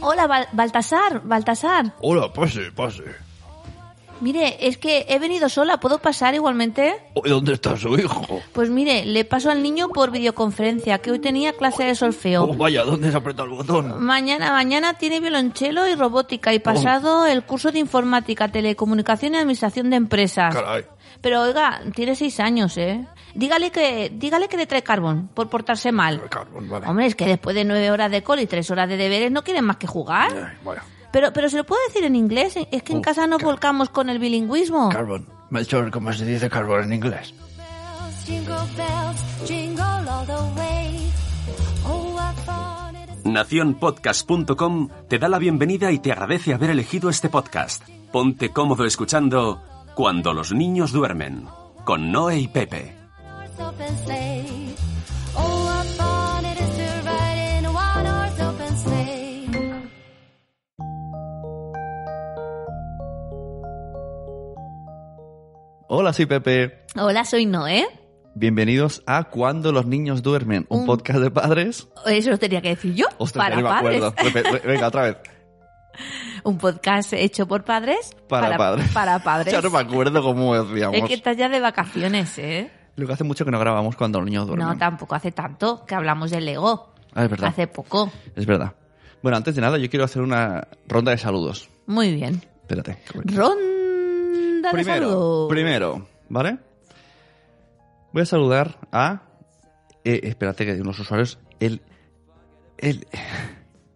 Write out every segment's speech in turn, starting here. Hola, Bal- Baltasar, Baltasar. Hola, pase, pase. Mire, es que he venido sola, ¿puedo pasar igualmente? Oh, ¿Dónde está su hijo? Pues mire, le paso al niño por videoconferencia, que hoy tenía clase de Oh, solfeo. vaya, ¿dónde se aprieta el Mm. botón? Mañana, mañana tiene violonchelo y robótica y Oh. pasado el curso de informática, telecomunicación y administración de empresas. Caray. Pero oiga, tiene seis años, ¿eh? Dígale que, dígale que le trae carbón por portarse mal. Carlos, vale. Hombre, es que después de nueve horas de call y tres horas de deberes no quieren más que jugar. Ay, vaya. Pero, pero se lo puedo decir en inglés, es que en Oh, casa nos car- volcamos con el bilingüismo. Carbon. Melchor, como se dice carbón en inglés. Naciónpodcast.com te da la bienvenida y te agradece haber elegido este podcast. Ponte cómodo escuchando Cuando los niños duermen, con Noé y Pepe. Hola, soy Pepe. Hola, soy Noé. Bienvenidos a Cuando los niños duermen, un Mm. podcast de padres. Eso lo tenía que decir yo. Ostras, para ya no me padres. acuerdo. Pepe, re- venga, otra vez. Un podcast hecho por padres. Para padres. Para padres. Ya no me acuerdo cómo decíamos. es que estás ya de vacaciones, ¿eh? Lo que hace mucho que no grabamos cuando los niños duermen. No, tampoco hace tanto que hablamos del Lego. Ah, es verdad. Hace poco. Es verdad. Bueno, antes de nada, yo quiero hacer una ronda de saludos. Muy bien. Espérate. Ronda de Primero, saludos. primero, ¿vale? Voy a saludar a. eh, espérate, que hay unos usuarios. El. El.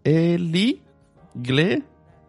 Eli. Gle.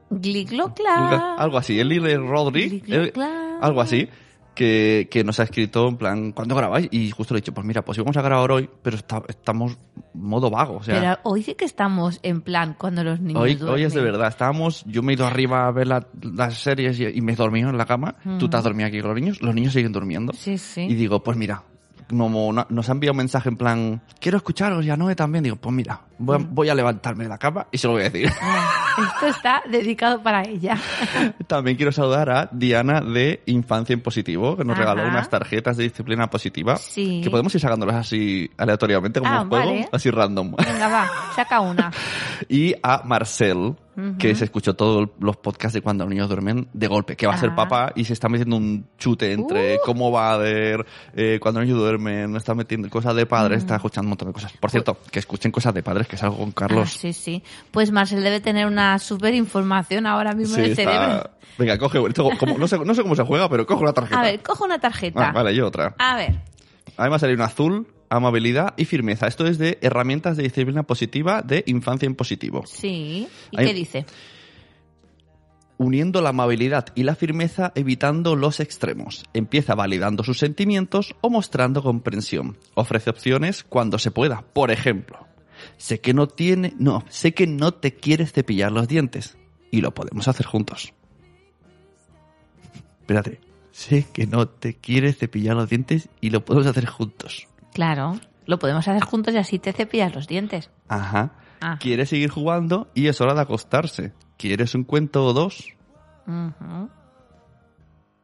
Gliclocla. Algo así. Eli Rodri. el- Gliclocla. algo así. Que, que nos ha escrito en plan, ¿cuándo grabáis? Y justo le he dicho, pues mira, pues íbamos a grabar hoy, pero está- estamos modo vago. O sea, Pero hoy sí que estamos en plan cuando los niños Hoy, duermen. hoy es de verdad, estábamos, yo me he ido arriba a ver la- las series y, y me he dormido en la cama, tú te has dormido aquí con los niños, los niños siguen durmiendo. Sí, sí. Y digo, pues mira, como no- nos han enviado un mensaje en plan, quiero escucharos y a Noé también, digo, pues mira, voy Mm. a, voy a levantarme de la cama y se lo voy a decir. Ah, Esto está dedicado para ella. también quiero saludar a Diana de Infancia en Positivo, que nos Ajá. regaló unas tarjetas de disciplina positiva, Sí. que podemos ir sacándolas así aleatoriamente como Ah, un juego, vale. así random. Venga, va, saca una. y a Marcel, Ujú. que se escuchó todos los podcasts de cuando los niños duermen de golpe, que va a ser Ah. Uh. papá y se está metiendo un chute entre cómo va a ver, eh, cuando los niños duermen, está metiendo cosas de padres, está escuchando un montón de cosas. Por cierto, que escuchen cosas de padres, que es algo con Ah, Carlos. sí, sí. Pues Marcel debe tener una súper información ahora mismo Sí, en el está- cerebro. Venga, coge, esto como- no, sé, no sé cómo se juega, pero cojo la tarjeta. A ver, cojo una tarjeta. Ah, vale, yo otra. A ver. Además sale una azul, amabilidad y firmeza. Esto es de herramientas de disciplina positiva de infancia en positivo. Sí. ¿Y Hay- qué dice? uniendo la amabilidad y la firmeza evitando los extremos. Empieza validando sus sentimientos o mostrando comprensión. Ofrece opciones cuando se pueda. Por ejemplo, sé que no tiene, no, sé que no te quieres cepillar los dientes y lo podemos hacer juntos. Espérate. Sé que no te quieres cepillar los dientes y lo podemos hacer juntos. Claro. Lo podemos hacer juntos y así te cepillas los dientes. Ajá. Ah. Quieres seguir jugando y es hora de acostarse. ¿Quieres un cuento o dos? Ujú.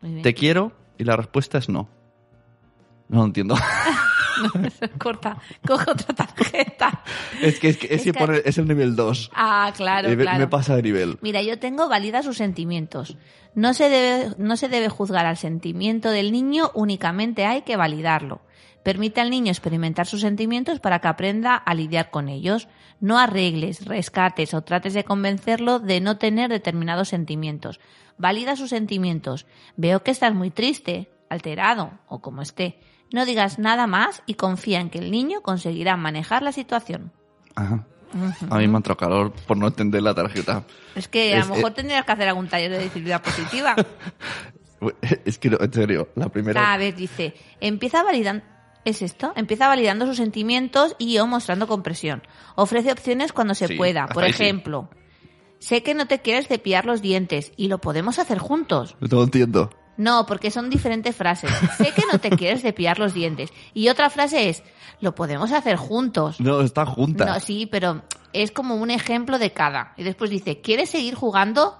Muy bien. ¿Te quiero? Y la respuesta es no. No lo entiendo. Corta. Coge otra tarjeta. es que es, que, es Es que que- pone- es el nivel 2. Ah, claro, Eh, me- claro. Me pasa de nivel. Mira, yo tengo valida sus sentimientos. No se, debe, no se debe juzgar al sentimiento del niño, únicamente hay que validarlo. Permite al niño experimentar sus sentimientos para que aprenda a lidiar con ellos. No arregles, rescates o trates de convencerlo de no tener determinados sentimientos. Valida sus sentimientos. Veo que estás muy triste, alterado o como esté. No digas nada más y confía en que el niño conseguirá manejar la situación. Ajá. A mí me ha entrado calor por no entender la tarjeta. Es que a Es- lo mejor tendrías que hacer algún taller de disciplina positiva. Es que, no, en serio, la primera... A ver, dice, empieza validando... ¿Es esto? Empieza validando sus sentimientos y o mostrando compresión. Ofrece opciones cuando se Sí, pueda. hasta Por ahí sí. ejemplo, sé que no te quieres cepillar los dientes y lo podemos hacer juntos. No lo entiendo. No, porque son diferentes frases. Sé que no te quieres cepillar los dientes. Y otra frase es, lo podemos hacer juntos. No, está junta. No, sí, pero es como un ejemplo de cada. Y después dice, ¿quieres seguir jugando?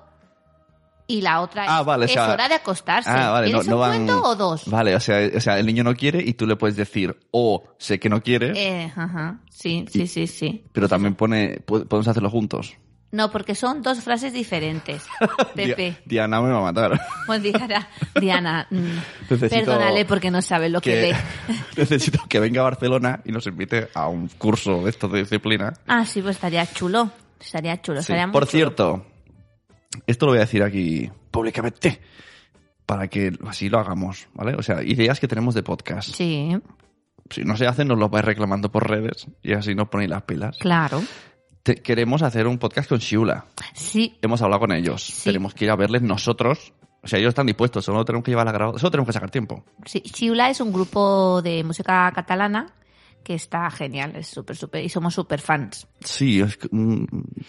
y la otra Ah, es, vale, o es sea- hora de acostarse. Ah, vale, no, ¿Quieres no un van. cuento o dos? Vale, o sea, o sea, el niño no quiere y tú le puedes decir, o sé que no quiere, Eh, ajá, sí, sí, sí, sí. pero también pone, po- podemos hacerlo juntos. No, porque son dos frases diferentes. Pepe, Di- Diana me va a matar. pues Diana, Diana mm, Necesito perdónale porque no sabe lo que, Que, lee. necesito que venga a Barcelona y nos invite a un curso de esto de disciplina. Ah, sí, pues estaría chulo. Estaría chulo, Sí. estaría muy Por chulo. cierto, esto lo voy a decir aquí públicamente para que así lo hagamos, ¿vale? O sea, ideas que tenemos de podcast. Sí, Si no se hacen, nos lo vais reclamando por redes y así nos ponéis las pilas. claro. Te- queremos hacer un podcast con Shiula. Sí, Hemos hablado con ellos. Sí. Tenemos que ir a verles nosotros. O sea, ellos están dispuestos, solo tenemos que llevar la grabadora. Solo tenemos que sacar tiempo. sí. Chiula es un grupo de música catalana que está genial, es súper, súper, y somos súper fans. Sí, es que, mm,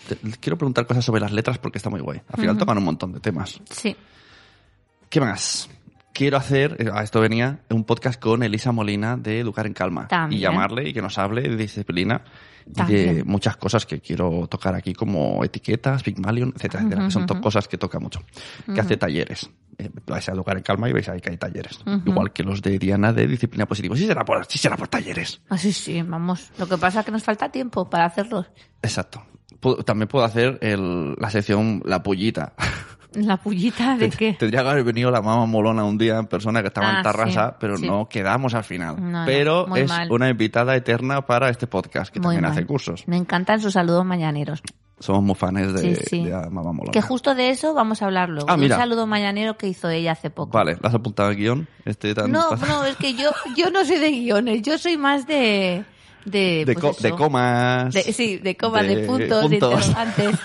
te- quiero preguntar cosas sobre las letras porque está muy guay. Al final tocan un montón de temas. Sí. ¿Qué más? Quiero hacer, eh, a esto venía, un podcast con Elisa Molina de Educar en Calma. También. Y llamarle y que nos hable de disciplina y de También. muchas cosas que quiero tocar aquí, como etiquetas, Pygmalion, etcétera, etcétera. que son to- cosas que toca mucho. Que hace talleres. Eh, vais a Educar en Calma y veis ahí que hay talleres. Igual que los de Diana de Disciplina Positiva. Sí será por, sí será por talleres. Así Ah, sí, vamos. Lo que pasa es que nos falta tiempo para hacerlos. Exacto. Puedo- también puedo hacer el- la sección La Pullita. La pullita de qué. Tendría que haber venido la mamá molona un día en persona que estaba Ah, en Tarrasa, sí, pero sí. no quedamos al final. No, no, pero muy es mal. una invitada eterna para este podcast, que Muy también mal. hace cursos. Me encantan sus saludos mañaneros. Somos muy fans de, Sí, sí. de la mamá molona. Que justo de eso vamos a hablar luego. Ah, de mira. Un saludo mañanero que hizo ella hace poco. Vale, ¿las has apuntado al guión? Este tan- No, tan- no, es que yo, yo no soy de guiones, yo soy más de. De, de, pues co- eso. de comas. De- sí, de comas, de, de puntos, de puntos. interrogantes.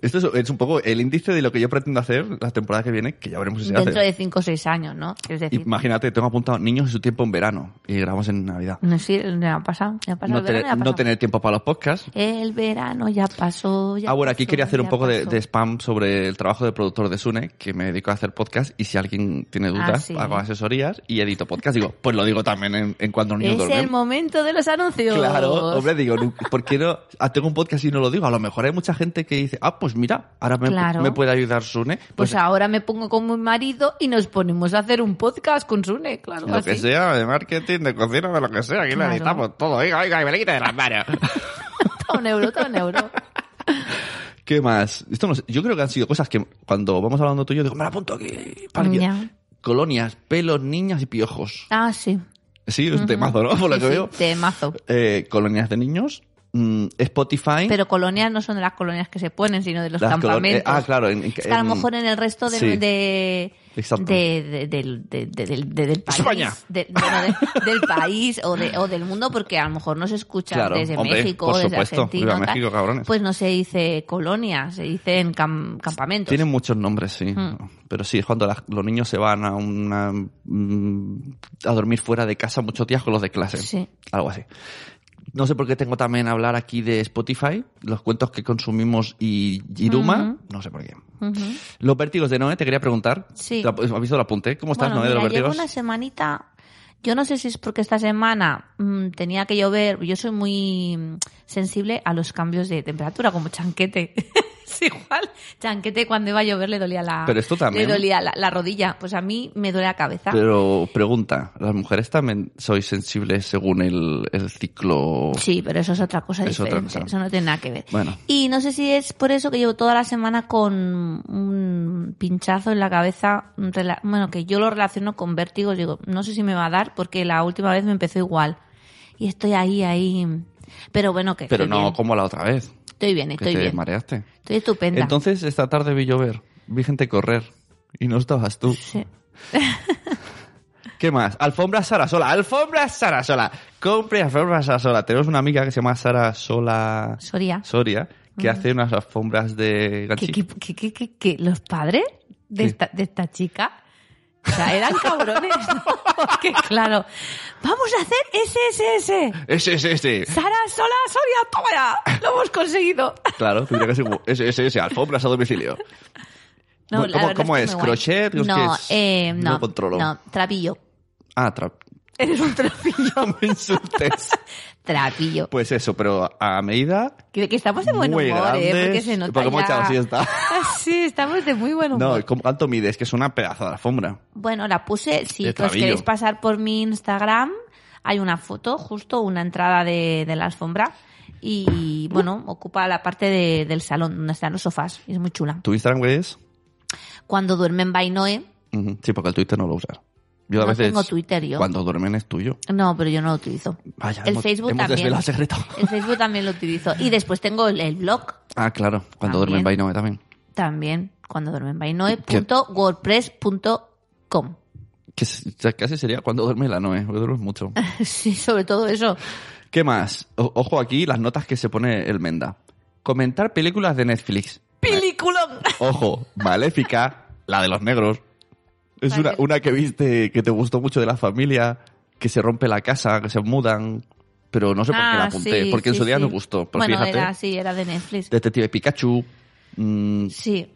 Esto es, es un poco el índice de lo que yo pretendo hacer la temporada que viene, que ya veremos si se Dentro hace. de 5 o 6 años, ¿no? Es decir, Imagínate, tengo apuntado niños en su tiempo en verano y grabamos en Navidad. no sé, ya ha pasado, ya ha pasado. No, el, verano, tener- ya ha no pasado. tener tiempo para los podcasts, el verano ya pasó. ya Ah, bueno, aquí pasó, quería hacer un ya poco de, pasó. de spam sobre el trabajo de productor de Sune, que me dedico a hacer podcast y si alguien tiene dudas, Ah, sí. hago asesorías y edito podcast. Digo, pues lo digo también en, en cuando niños Es el duermen. momento de los anuncios. Claro, hombre, digo, nu- ¿por qué no? Ah, tengo un podcast y no lo digo. A lo mejor hay mucha gente que dice, ah, pues mira, ahora me, Claro. me puede ayudar Sune. Pues Pues, ahora me pongo con mi marido y nos ponemos a hacer un podcast con Sune, claro. lo que así. sea, de marketing, de cocina, de lo que sea, aquí Claro. lo editamos todo. Oiga, oiga, que me la quite de las manos. Todo un euro, todo un euro. ¿Qué más? Esto no sé, Yo creo que han sido cosas que cuando vamos hablando tú y yo digo, me la apunto aquí. para el guión". Ya. Colonias, pelos, niñas y piojos. Ah, sí. Sí, es un temazo, ¿no? Por lo Sí, que sí, veo. Temazo. Eh, colonias de niños, mm, Spotify. Pero colonias no son de las colonias que se ponen, sino de los las colo- campamentos. eh, ah, claro. En, en- Es que a lo en- mejor en el resto de, sí. de, Exacto. de- de- del- de- de- del- de- del país. España. de- bueno, de- del país o, de- o del mundo, porque a lo mejor no se escucha Claro, desde hombre, México, por desde supuesto. Argentina. Viva o tal. México, cabrones. Pues no se dice colonia, se dicen cam- campamentos. Tienen muchos nombres, sí. Mm. Pero sí, es cuando las- los niños se van a una, mm, a dormir fuera de casa muchos días con los de clase. Sí. Algo así. No sé por qué tengo también a hablar aquí de Spotify, los cuentos que consumimos y Iruma. No sé por qué. Ujú. Los vértigos de Noé, te quería preguntar. Sí. Te lo- ¿Has visto? Lo apunté. ¿Cómo estás, bueno, Noé, de los mira, llevo vértigos? una semanita. Yo no sé si es porque esta semana mm, tenía que llover. Yo soy muy mm, sensible a los cambios de temperatura, como chanquete. es igual. Chanquete cuando iba a llover le dolía la, Pero esto también. le dolía la, la rodilla. Pues a mí me duele la cabeza. Pero pregunta, ¿las mujeres también sois sensibles según el, el ciclo? Sí, pero eso es otra cosa Es otra diferente. cosa. Eso no tiene nada que ver. Bueno. Y no sé si es por eso que llevo toda la semana con un pinchazo en la cabeza. un rela- Bueno, que yo lo relaciono con vértigos. Digo, no sé si me va a dar porque la última vez me empezó igual. Y estoy ahí, ahí. Pero bueno, que. Pero estoy no bien. como la otra vez, Estoy bien, que estoy te bien. mareaste. Estoy estupenda. Entonces, esta tarde vi llover, vi gente correr y no estabas tú. Sí. ¿Qué más? Alfombra Sarasola, alfombra Sarasola. Compre alfombra Sarasola. Tenemos una amiga que se llama Sara Sola Soria. Soria que hace unas alfombras de ¿Qué, ganchillo. qué, qué, qué, qué- qué? los padres de, Sí. esta, de esta chica? O sea, eran cabrones. Porque claro, vamos a hacer SSS. Ese, ese, ese. Sara, sola, Soria, toma ya, lo hemos conseguido. Claro, tendría que ser como ese, ese, ese, alfombras a domicilio. No, ¿Cómo- la cómo- verdad cómo que es? muy guay. ¿Crochet? ¿Qué No, es? eh, no, No controlo. no, trapillo. Ah, trap. Eres un trapillo. No me insultes. Trapillo. Pues eso, pero a medida Que, que estamos de buen muy humor, grande. ¿eh? Porque se nota ya- hemos Ah, echado siesta. Sí, estamos de muy buen humor. No, ¿cómo- ¿cuánto mides? Que es una pedazo de alfombra. Bueno, la puse, si De os Travillo. queréis pasar por mi Instagram, hay una foto, justo una entrada de, de la alfombra. Y bueno, ocupa la parte de- del salón donde están los sofás. y Es muy chula. ¿Tu Instagram es? Cuando duermen Bainoe, Ujú, Sí, porque el Twitter no lo usas. Yo a no veces. tengo Twitter yo. Cuando duermen es tuyo. No, pero yo no lo utilizo. Vaya, El hemos, Facebook hemos también. desvelado el secreto. El Facebook también lo utilizo. Y después tengo el, el blog Ah, claro. Cuando También. duermen Bainoe también. también, cuando duermen ¿Qué? bainoe.wordpress.com. Que s- casi sería cuando duerme la Noe. porque duerme mucho. Sí, sobre todo eso. ¿Qué más? O- ojo aquí las notas que se pone el Menda. Comentar películas de Netflix. ¡Película! Ojo, Maléfica, la de los negros. Es una, Vale. una que viste que te gustó mucho de la familia, que se rompe la casa, que se mudan. Pero no sé por qué la Ah, apunté, sí, porque en sí, su día sí. no gustó. Pero bueno, fíjate, era, sí, era de Netflix. Detective Pikachu. mm, Sí.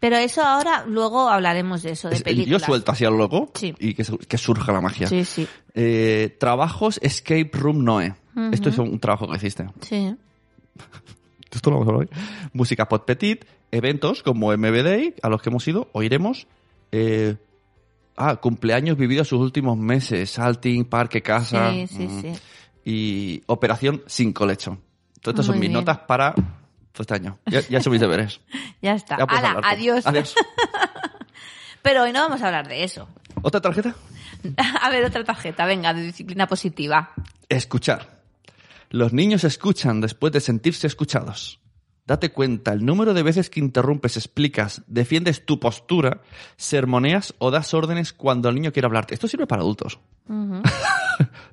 Pero eso ahora, luego hablaremos de eso, de es- yo películas. suelto así al loco Sí. y que, su- que surja la magia. Sí, sí. Eh, trabajos Escape Room Noe. Ujú. Esto es un trabajo que hiciste. Sí. Esto lo vamos a hablar hoy. Música Pod Petit, eventos como MBDay, a los que hemos ido, o iremos. eh, ah, cumpleaños vividos sus últimos meses. Salting, parque, casa. Sí, sí, mm, sí. Y operación sin colecho. Entonces, estas son Muy mis bien. notas para pues, este año. Ya, ya son mis deberes. Ya está. Ya puedes Hala, hablar, pues. adiós. Adiós. Pero hoy no vamos a hablar de eso. ¿Otra tarjeta? A ver, otra tarjeta, venga, de disciplina positiva. Escuchar. Los niños escuchan después de sentirse escuchados. Date cuenta, el número de veces que interrumpes, explicas, defiendes tu postura, sermoneas o das órdenes cuando el niño quiere hablarte. Esto sirve para adultos, Ujú,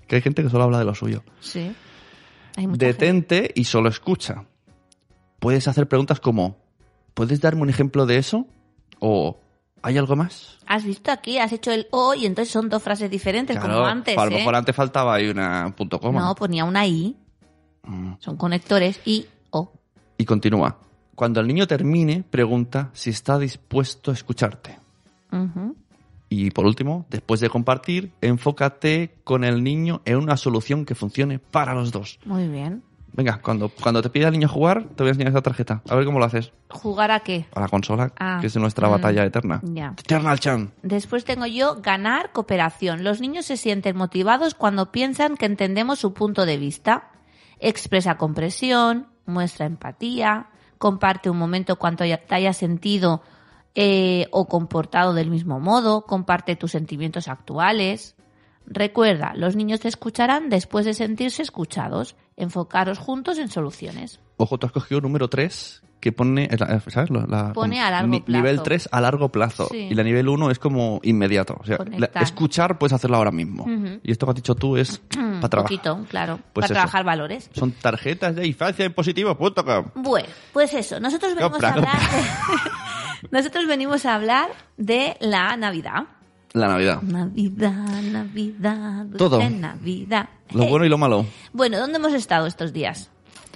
que hay gente que solo habla de lo suyo. Sí. Hay mucha gente. Detente y solo escucha. Puedes hacer preguntas como, ¿puedes darme un ejemplo de eso? ¿O hay algo más? Has visto aquí, has hecho el O y entonces son dos frases diferentes, como Claro, antes. a lo ¿eh? mejor antes faltaba ahí una punto coma. No, ponía una I, Mm. son conectores, I, O. Y continúa. Cuando el niño termine, pregunta si está dispuesto a escucharte. Ujú. Y por último, después de compartir, enfócate con el niño en una solución que funcione para los dos. Muy bien. Venga, cuando, cuando te pida el niño jugar, te voy a enseñar esta tarjeta. A ver cómo lo haces. ¿Jugar a qué? A la consola, Ah, que es nuestra mm, batalla eterna. Ya. Eternal Chan. Después tengo yo ganar cooperación. Los niños se sienten motivados cuando piensan que entendemos su punto de vista. Expresa compresión, muestra empatía, comparte un momento cuando haya- te hayas sentido eh, o comportado del mismo modo, comparte tus sentimientos actuales. Recuerda, los niños te escucharán después de sentirse escuchados. Enfocaros juntos en soluciones. Ojo, tú has cogido número 3 que pone, eh, la- ¿sabes? La- la- Pone a largo plazo. Nivel 3 a largo plazo. Sí. Y la nivel 1 es como inmediato. O sea, la- Conectar. escuchar puedes hacerlo ahora mismo. Ujú. Y esto que has dicho tú es Un para trabajar. poquito, claro, para Pues eso. trabajar valores. Son tarjetas de infancia en positivo.com. Bueno, pues eso, nosotros venimos Compra, a hablar Nosotros venimos a hablar de la Navidad. La Navidad. Navidad, Navidad, dulce Todo. Navidad. Lo Eh, bueno y lo malo. bueno, ¿dónde hemos estado estos días?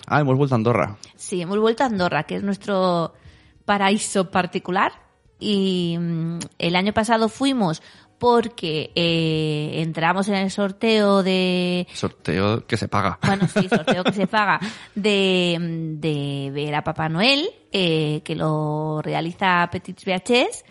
Ah, hemos vuelto a Andorra. Sí, hemos vuelto a Andorra, que es nuestro paraíso particular. Y mm, el año pasado fuimos porque eh, entramos en el sorteo de Sorteo que se paga. Bueno, sí, sorteo que se paga de, de ver a Papá Noel, eh, que lo realiza Petits VHS.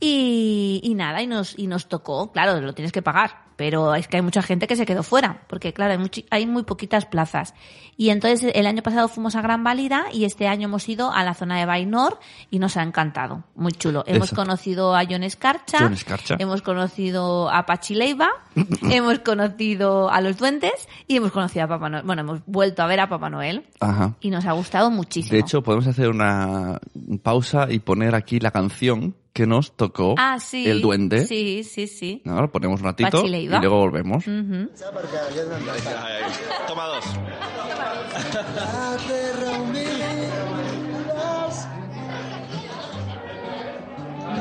Y, y nada, y nos, y nos tocó, claro, lo tienes que pagar, pero es que hay mucha gente que se quedó fuera, porque claro, hay, muchi- hay muy poquitas plazas. Y entonces el año pasado fuimos a Gran Valida y este año hemos ido a la zona de Bainor y nos ha encantado, muy chulo. Hemos Exacto. conocido a John Escarcha, John Escarcha. hemos conocido a Pachi Leiva, hemos conocido a los duendes y hemos conocido a Papá Noel. Bueno, hemos vuelto a ver a Papá Noel Ajá. y nos ha gustado muchísimo. De hecho, podemos hacer una pausa y poner aquí la canción que nos tocó ah, sí, el duende. Sí, sí, sí. No, lo ponemos un ratito Pachi y Leiva. luego volvemos. Ujú. Toma dos. reunidas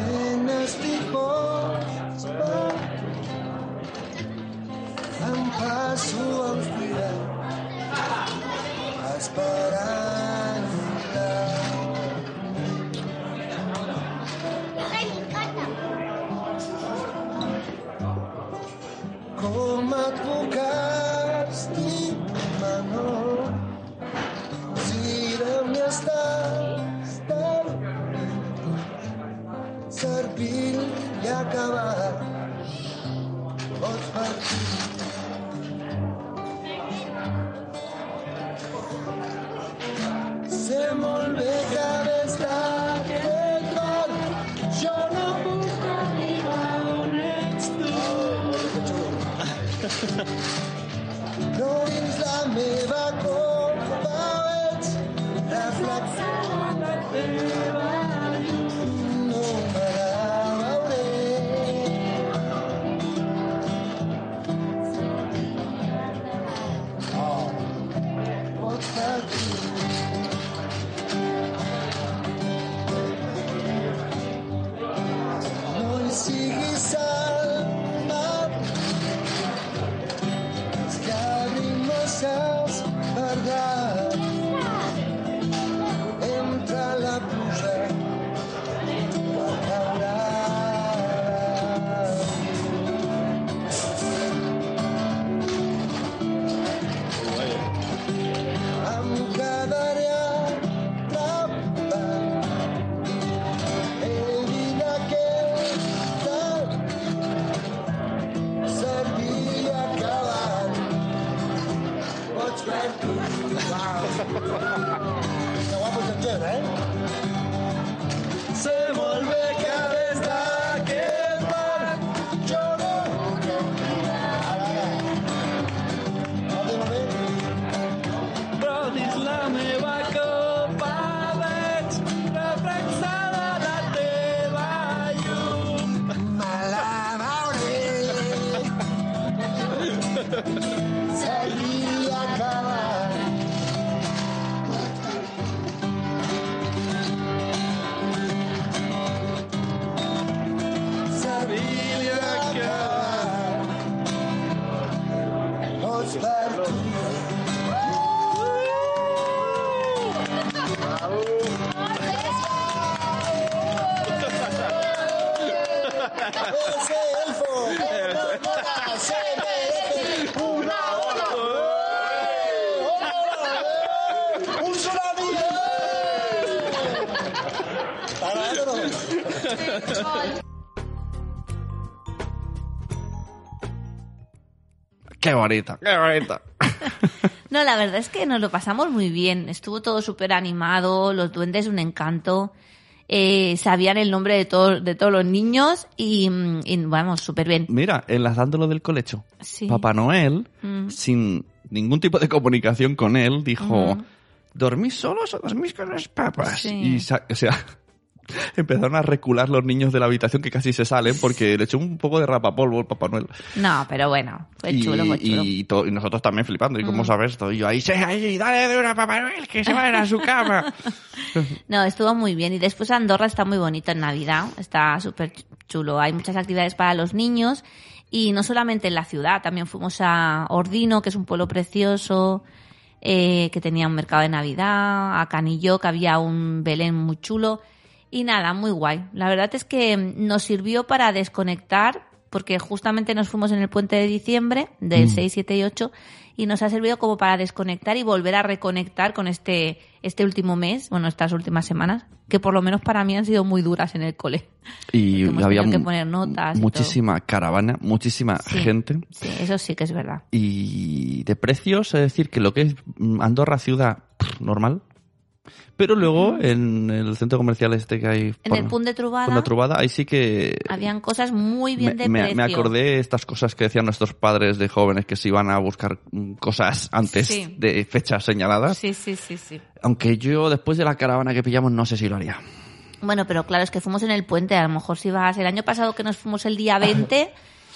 en este bosque dan paso al día a esperanza como tu castigo fin de acabar. Os partí. Se volve cada estar detrás. Yo no busco mirar honesto. Provincia me va compaet. La flaxona te va. No pararé. What's that? No y sigues al mar. Es que abrimos es verdad. Entra la puja para hablar. Am cada trampa, evita que tal servia acabar. Pots fer tu. Que guapo que et queda, eh? Sé molt bé que des d'aquest bar jo no... Ara, ara. No té moment. Però dins la meva copa veig reflexada la teva llum. Me la veuré. Seria acabar. Seria acabar. Os per tu. ese elfo que no toca, se merece una ola. ¡Ola, ola, eh! ¡Un tsunami! eh! Para otro. ¡Qué bonita! ¡Qué bonita! No, la verdad es que nos lo pasamos muy bien. Estuvo todo súper animado, los duendes un encanto. Eh, sabían el nombre de, todos de todos los niños y, mm, y, vamos, súper bien. Mira, enlazándolo del colecho. Sí. Papá Noel, Mm. sin ningún tipo de comunicación con él, dijo, Ujú. ¿dormís solos o dormís con las papas? Sí. Y, sa- o sea, empezaron a recular los niños de la habitación que casi se salen porque le echó un poco de rapapolvo el Papá Noel. No, pero bueno, fue y, chulo, fue chulo. Mm. y to- y nosotros también flipando. ¿Y cómo sabes esto? Y yo, ahí, sí, ahí, dale de una a Papá Noel que se va a su cama. No, estuvo muy bien. Y después Andorra está muy bonito en Navidad. Está súper chulo. Hay muchas actividades para los niños. Y no solamente en la ciudad, también fuimos a Ordino, que es un pueblo precioso, eh, que tenía un mercado de Navidad, a Canillo, que había un Belén muy chulo. Y nada, muy guay. La verdad es que mm, nos sirvió para desconectar, porque justamente nos fuimos en el puente de diciembre, del 6, 7 y 8, y nos ha servido como para desconectar y volver a reconectar con este, este último mes, bueno, estas últimas semanas, que por lo menos para mí han sido muy duras en el cole. Y Porque hemos había tenido que mu- poner notas y muchísima caravana, muchísima Sí. gente. Sí, eso sí que es verdad. Y de precios, es decir, que lo que es mm, Andorra ciudad pff, normal. Pero luego en el centro comercial este que hay En por- el Punt de Trubada eh, por la Trubada, ahí sí que habían cosas muy me, bien de me- precio. me acordé de estas cosas que decían nuestros padres de jóvenes que se iban a buscar mm, cosas antes Sí. de fechas señaladas. Sí, sí, sí, sí. Aunque yo después de la caravana que pillamos no sé si lo haría. Bueno, pero claro, es que fuimos en el puente. A lo mejor si vas... El año pasado que nos fuimos el día 20,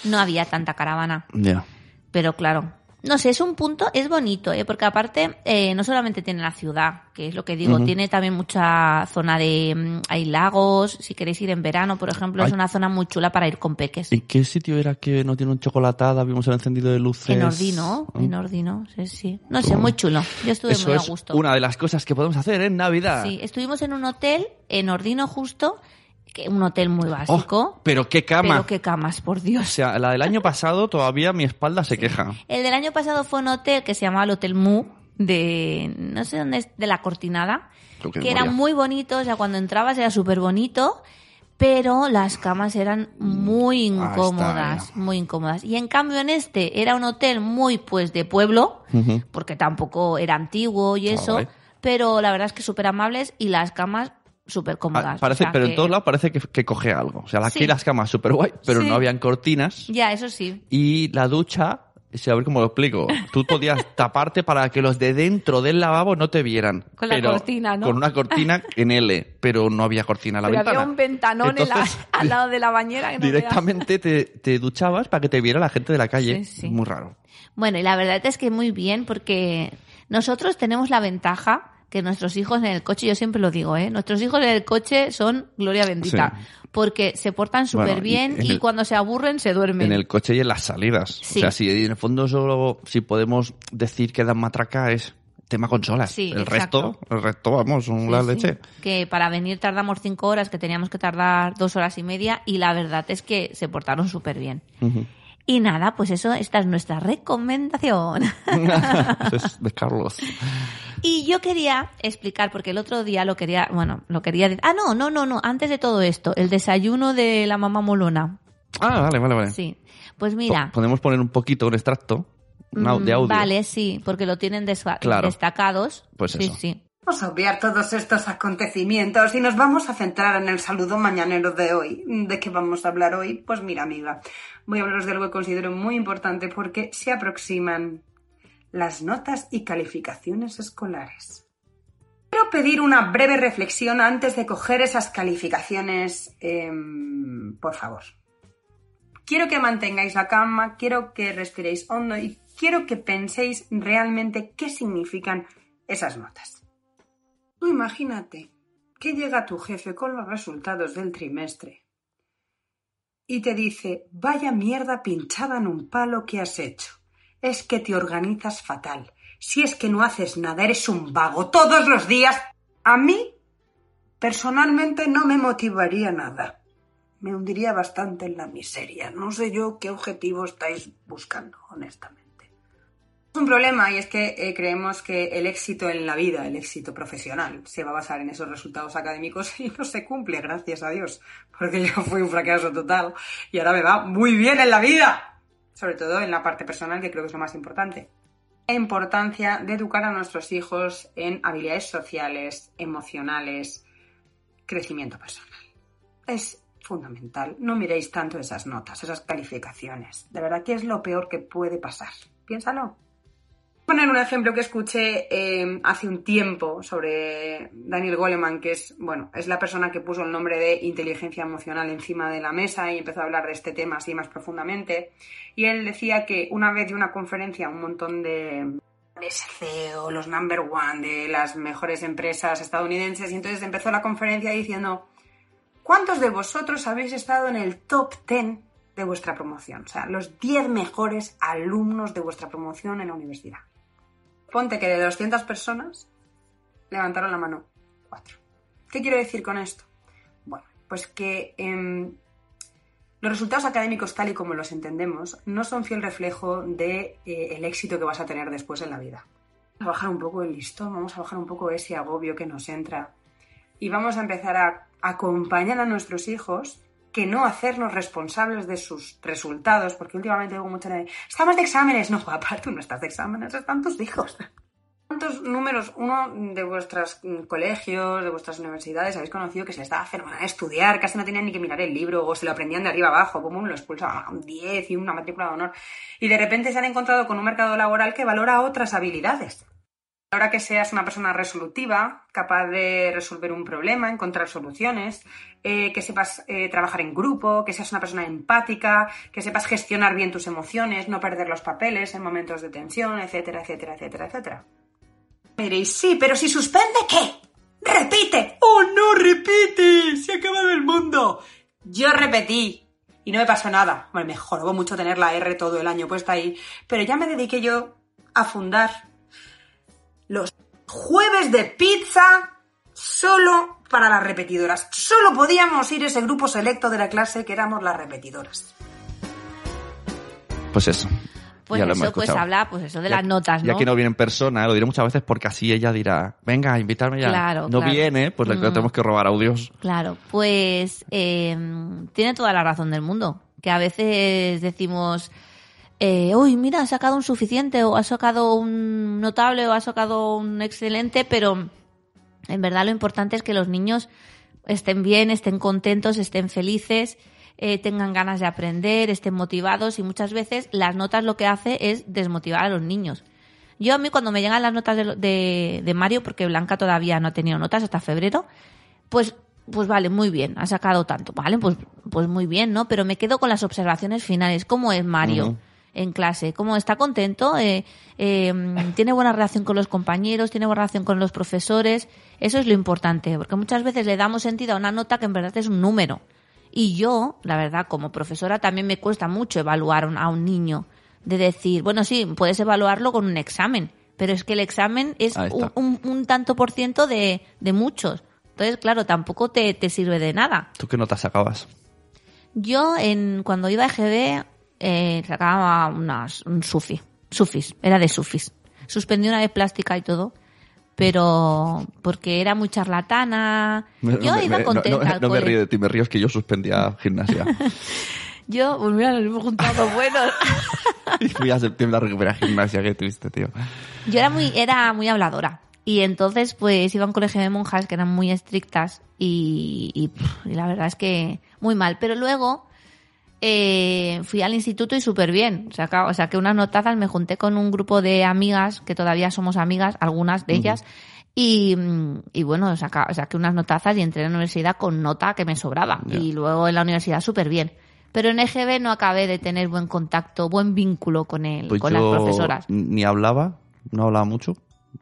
no había tanta caravana. Ya. Pero claro, no sé, es un punto, es bonito, ¿eh? porque aparte eh, no solamente tiene la ciudad, que es lo que digo, tiene también mucha zona de... mm, Hay lagos, si queréis ir en verano, por ejemplo, es Ay. una zona muy chula para ir con peques. ¿En qué sitio era que no tiene un chocolatada? Vimos el encendido de luces. En Ordino, Ah. en Ordino, sí, sí. No sé, muy chulo. Yo estuve Eso muy a es gusto. una de las cosas que podemos hacer en Navidad. Sí, estuvimos en un hotel, en Ordino justo, que un hotel muy Oh, básico. pero qué cama. Pero qué camas, por Dios. O sea, la del año pasado todavía mi espalda se queja. El del año pasado fue un hotel que se llamaba el Hotel Mu, de no sé dónde es, de la Cortinada, Creo que que era moría. muy bonito, o sea, cuando entrabas era súper bonito, pero las camas eran muy Ah, está, incómodas, ya. muy incómodas. Y en cambio en este era un hotel muy pues de pueblo, Ujú. porque tampoco era antiguo y eso, Vale. pero la verdad es que súper amables y las camas súper Ah, cómodas. parece, O sea pero que- en todos lados parece que, que coge algo. O sea, aquí Sí. las camas súper guay, pero Sí. no habían cortinas. Ya, eso sí. Y la ducha, sí, a ver cómo lo explico. Tú podías taparte para que los de dentro del lavabo no te vieran. Con la pero- cortina, ¿no? Con una cortina en L, pero no había cortina en la Pero ventana. había un ventanón en la- Entonces, al lado de la bañera. que no veas. Directamente te, te duchabas para que te viera la gente de la calle. Sí, sí. Muy raro. Bueno, y la verdad es que muy bien porque nosotros tenemos la ventaja que nuestros hijos en el coche, yo siempre lo digo, ¿eh? nuestros hijos en el coche son gloria bendita porque se portan súper Bueno, y bien en y, el- cuando se aburren se duermen. En el coche y en las salidas. Sí. O sea, si en el fondo solo, si podemos decir que dan matraca es tema consolas. Sí, el exacto. resto, el resto, vamos, son Sí, la sí. leche. Que para venir tardamos cinco horas, que teníamos que tardar dos horas y media y la verdad es que se portaron súper bien. Ujú. Y nada, pues eso, esta es nuestra recomendación. Eso es de Carlos. Y yo quería explicar, porque el otro día lo quería, bueno, lo quería decir. Ah, no, no, no, no, antes de todo esto, el desayuno de la mamá molona. Ah, vale, vale, vale. Sí. Pues mira. Po- podemos poner un poquito, un extracto un au- pues, de mm, audio. Vale, sí, porque lo tienen desca- Claro. destacados. Pues sí, eso. sí. Vamos a obviar todos estos acontecimientos y nos vamos a centrar en el saludo mañanero de hoy. ¿De qué vamos a hablar hoy? Pues mira, amiga, voy a hablaros de algo que considero muy importante porque se aproximan las notas y calificaciones escolares. Quiero pedir una breve reflexión antes de coger esas calificaciones, em, por favor. Quiero que mantengáis la calma, quiero que respiréis hondo y quiero que penséis realmente qué significan esas notas. Tú imagínate que llega tu jefe con los resultados del trimestre y te dice, vaya mierda pinchada en un palo que has hecho. Es que te organizas fatal. Si es que no haces nada, eres un vago todos los días. A mí, personalmente, no me motivaría nada. Me hundiría bastante en la miseria. No sé yo qué objetivo estáis buscando, honestamente. Es un problema y es que eh, creemos que el éxito en la vida, el éxito profesional, se va a basar en esos resultados académicos y no se cumple, gracias a Dios, porque yo fui un fracaso total y ahora me va muy bien en la vida, sobre todo en la parte personal, que creo que es lo más importante. La importancia de educar a nuestros hijos en habilidades sociales, emocionales, crecimiento personal. Es fundamental. No miréis tanto esas notas, esas calificaciones. De verdad que es lo peor que puede pasar. Piénsalo poner un ejemplo que escuché eh, hace un tiempo sobre Daniel Goleman, que es, bueno, es la persona que puso el nombre de inteligencia emocional encima de la mesa y empezó a hablar de este tema así más profundamente. Y él decía que una vez de una conferencia, un montón de de CEO, los number one de las mejores empresas estadounidenses, y entonces empezó la conferencia diciendo, ¿cuántos de vosotros habéis estado en el top 10 de vuestra promoción? O sea, los 10 mejores alumnos de vuestra promoción en la universidad. Ponte que de 200 personas levantaron la mano 4. ¿Qué quiero decir con esto? Bueno, pues que em, los resultados académicos tal y como los entendemos no son fiel reflejo del de, eh, el éxito que vas a tener después en la vida. Vamos a bajar un poco el listón, vamos a bajar un poco ese agobio que nos entra y vamos a empezar a acompañar a nuestros hijos que no hacernos responsables de sus resultados, porque últimamente digo mucho de, estamos de exámenes, no, aparte no estás de exámenes, están tus hijos. ¿Cuántos números, uno, de vuestros mm, colegios, de vuestras universidades, habéis conocido que se les daba fenomenal estudiar, casi no tenían ni que mirar el libro, o se lo aprendían de arriba abajo, como uno lo expulsaba a un 10 y una matrícula de honor, y de repente se han encontrado con un mercado laboral que valora otras habilidades? Ahora que seas una persona resolutiva, capaz de resolver un problema, encontrar soluciones, eh, que sepas eh, trabajar en grupo, que seas una persona empática, que sepas gestionar bien tus emociones, no perder los papeles en momentos de tensión, etcétera, etcétera, etcétera, etcétera. Me diréis, sí, pero si suspende, ¿qué? ¡Repite! ¡Oh, no, repite! ¡Se ha acabado el mundo! Yo repetí y no me pasó nada. Bueno, me jorobó mucho tener la R todo el año puesta ahí, pero ya me dediqué yo a fundar los jueves de pizza solo para las repetidoras. Solo podíamos ir ese grupo selecto de la clase que éramos las repetidoras. Pues eso. Pues Ya lo hemos eso, pues escuchado. habla, pues eso de Ya- las notas, ¿no? Ya que no viene en persona, lo diré muchas veces porque así ella dirá, venga, invitarme ya. Claro, no claro. viene, pues le Mm. tenemos que robar audios. Claro, pues eh, tiene toda la razón del mundo. Que a veces decimos, eh, uy, mira, ha sacado un suficiente, o ha sacado un notable, o ha sacado un excelente, pero en verdad lo importante es que los niños estén bien, estén contentos, estén felices, eh, tengan ganas de aprender, estén motivados y muchas veces las notas lo que hace es desmotivar a los niños. Yo a mí cuando me llegan las notas de, lo- de- de Mario, porque Blanca todavía no ha tenido notas hasta febrero, pues, pues vale, muy bien, ha sacado tanto, vale, pues, pues muy bien, ¿no? Pero me quedo con las observaciones finales. ¿Cómo es Mario? Ujú. en clase, cómo está contento, Eh, eh, tiene buena relación con los compañeros, tiene buena relación con los profesores, eso es lo importante, porque muchas veces le damos sentido a una nota que en verdad es un número. Y yo, la verdad, como profesora también me cuesta mucho evaluar un- a un niño, de decir, bueno, sí, puedes evaluarlo con un examen, pero es que el examen es Ahí un, está. un- un tanto por ciento de, de muchos. Entonces, claro, tampoco te- te sirve de nada. ¿Tú qué notas sacabas? Yo en, cuando iba a EGB eh, sacaba unas, un sufi, sufis, era de sufis. Suspendí una de plástica y todo, pero porque era muy charlatana. Me- Yo me- iba me- no- contenta no- al no me cole. río de ti, me río es que yo suspendía gimnasia. Yo, pues mira, nos hemos juntado buenos. y fui a septiembre a recuperar gimnasia, qué triste, tío. Yo era muy, era muy habladora. Y entonces, pues, iba a un colegio de monjas que eran muy estrictas y, y, pff, y la verdad es que muy mal. Pero luego eh, fui al instituto y súper bien. Saca- O sea, que unas notazas me junté con un grupo de amigas, que todavía somos amigas, algunas de ellas. Y, mm, y bueno, saca- saqué unas notazas y entré a la universidad con nota que me sobraba. Ya. Y luego en la universidad súper bien. Pero en EGB no acabé de tener buen contacto, buen vínculo con, el, Pues con yo las profesoras. ni hablaba, no hablaba mucho.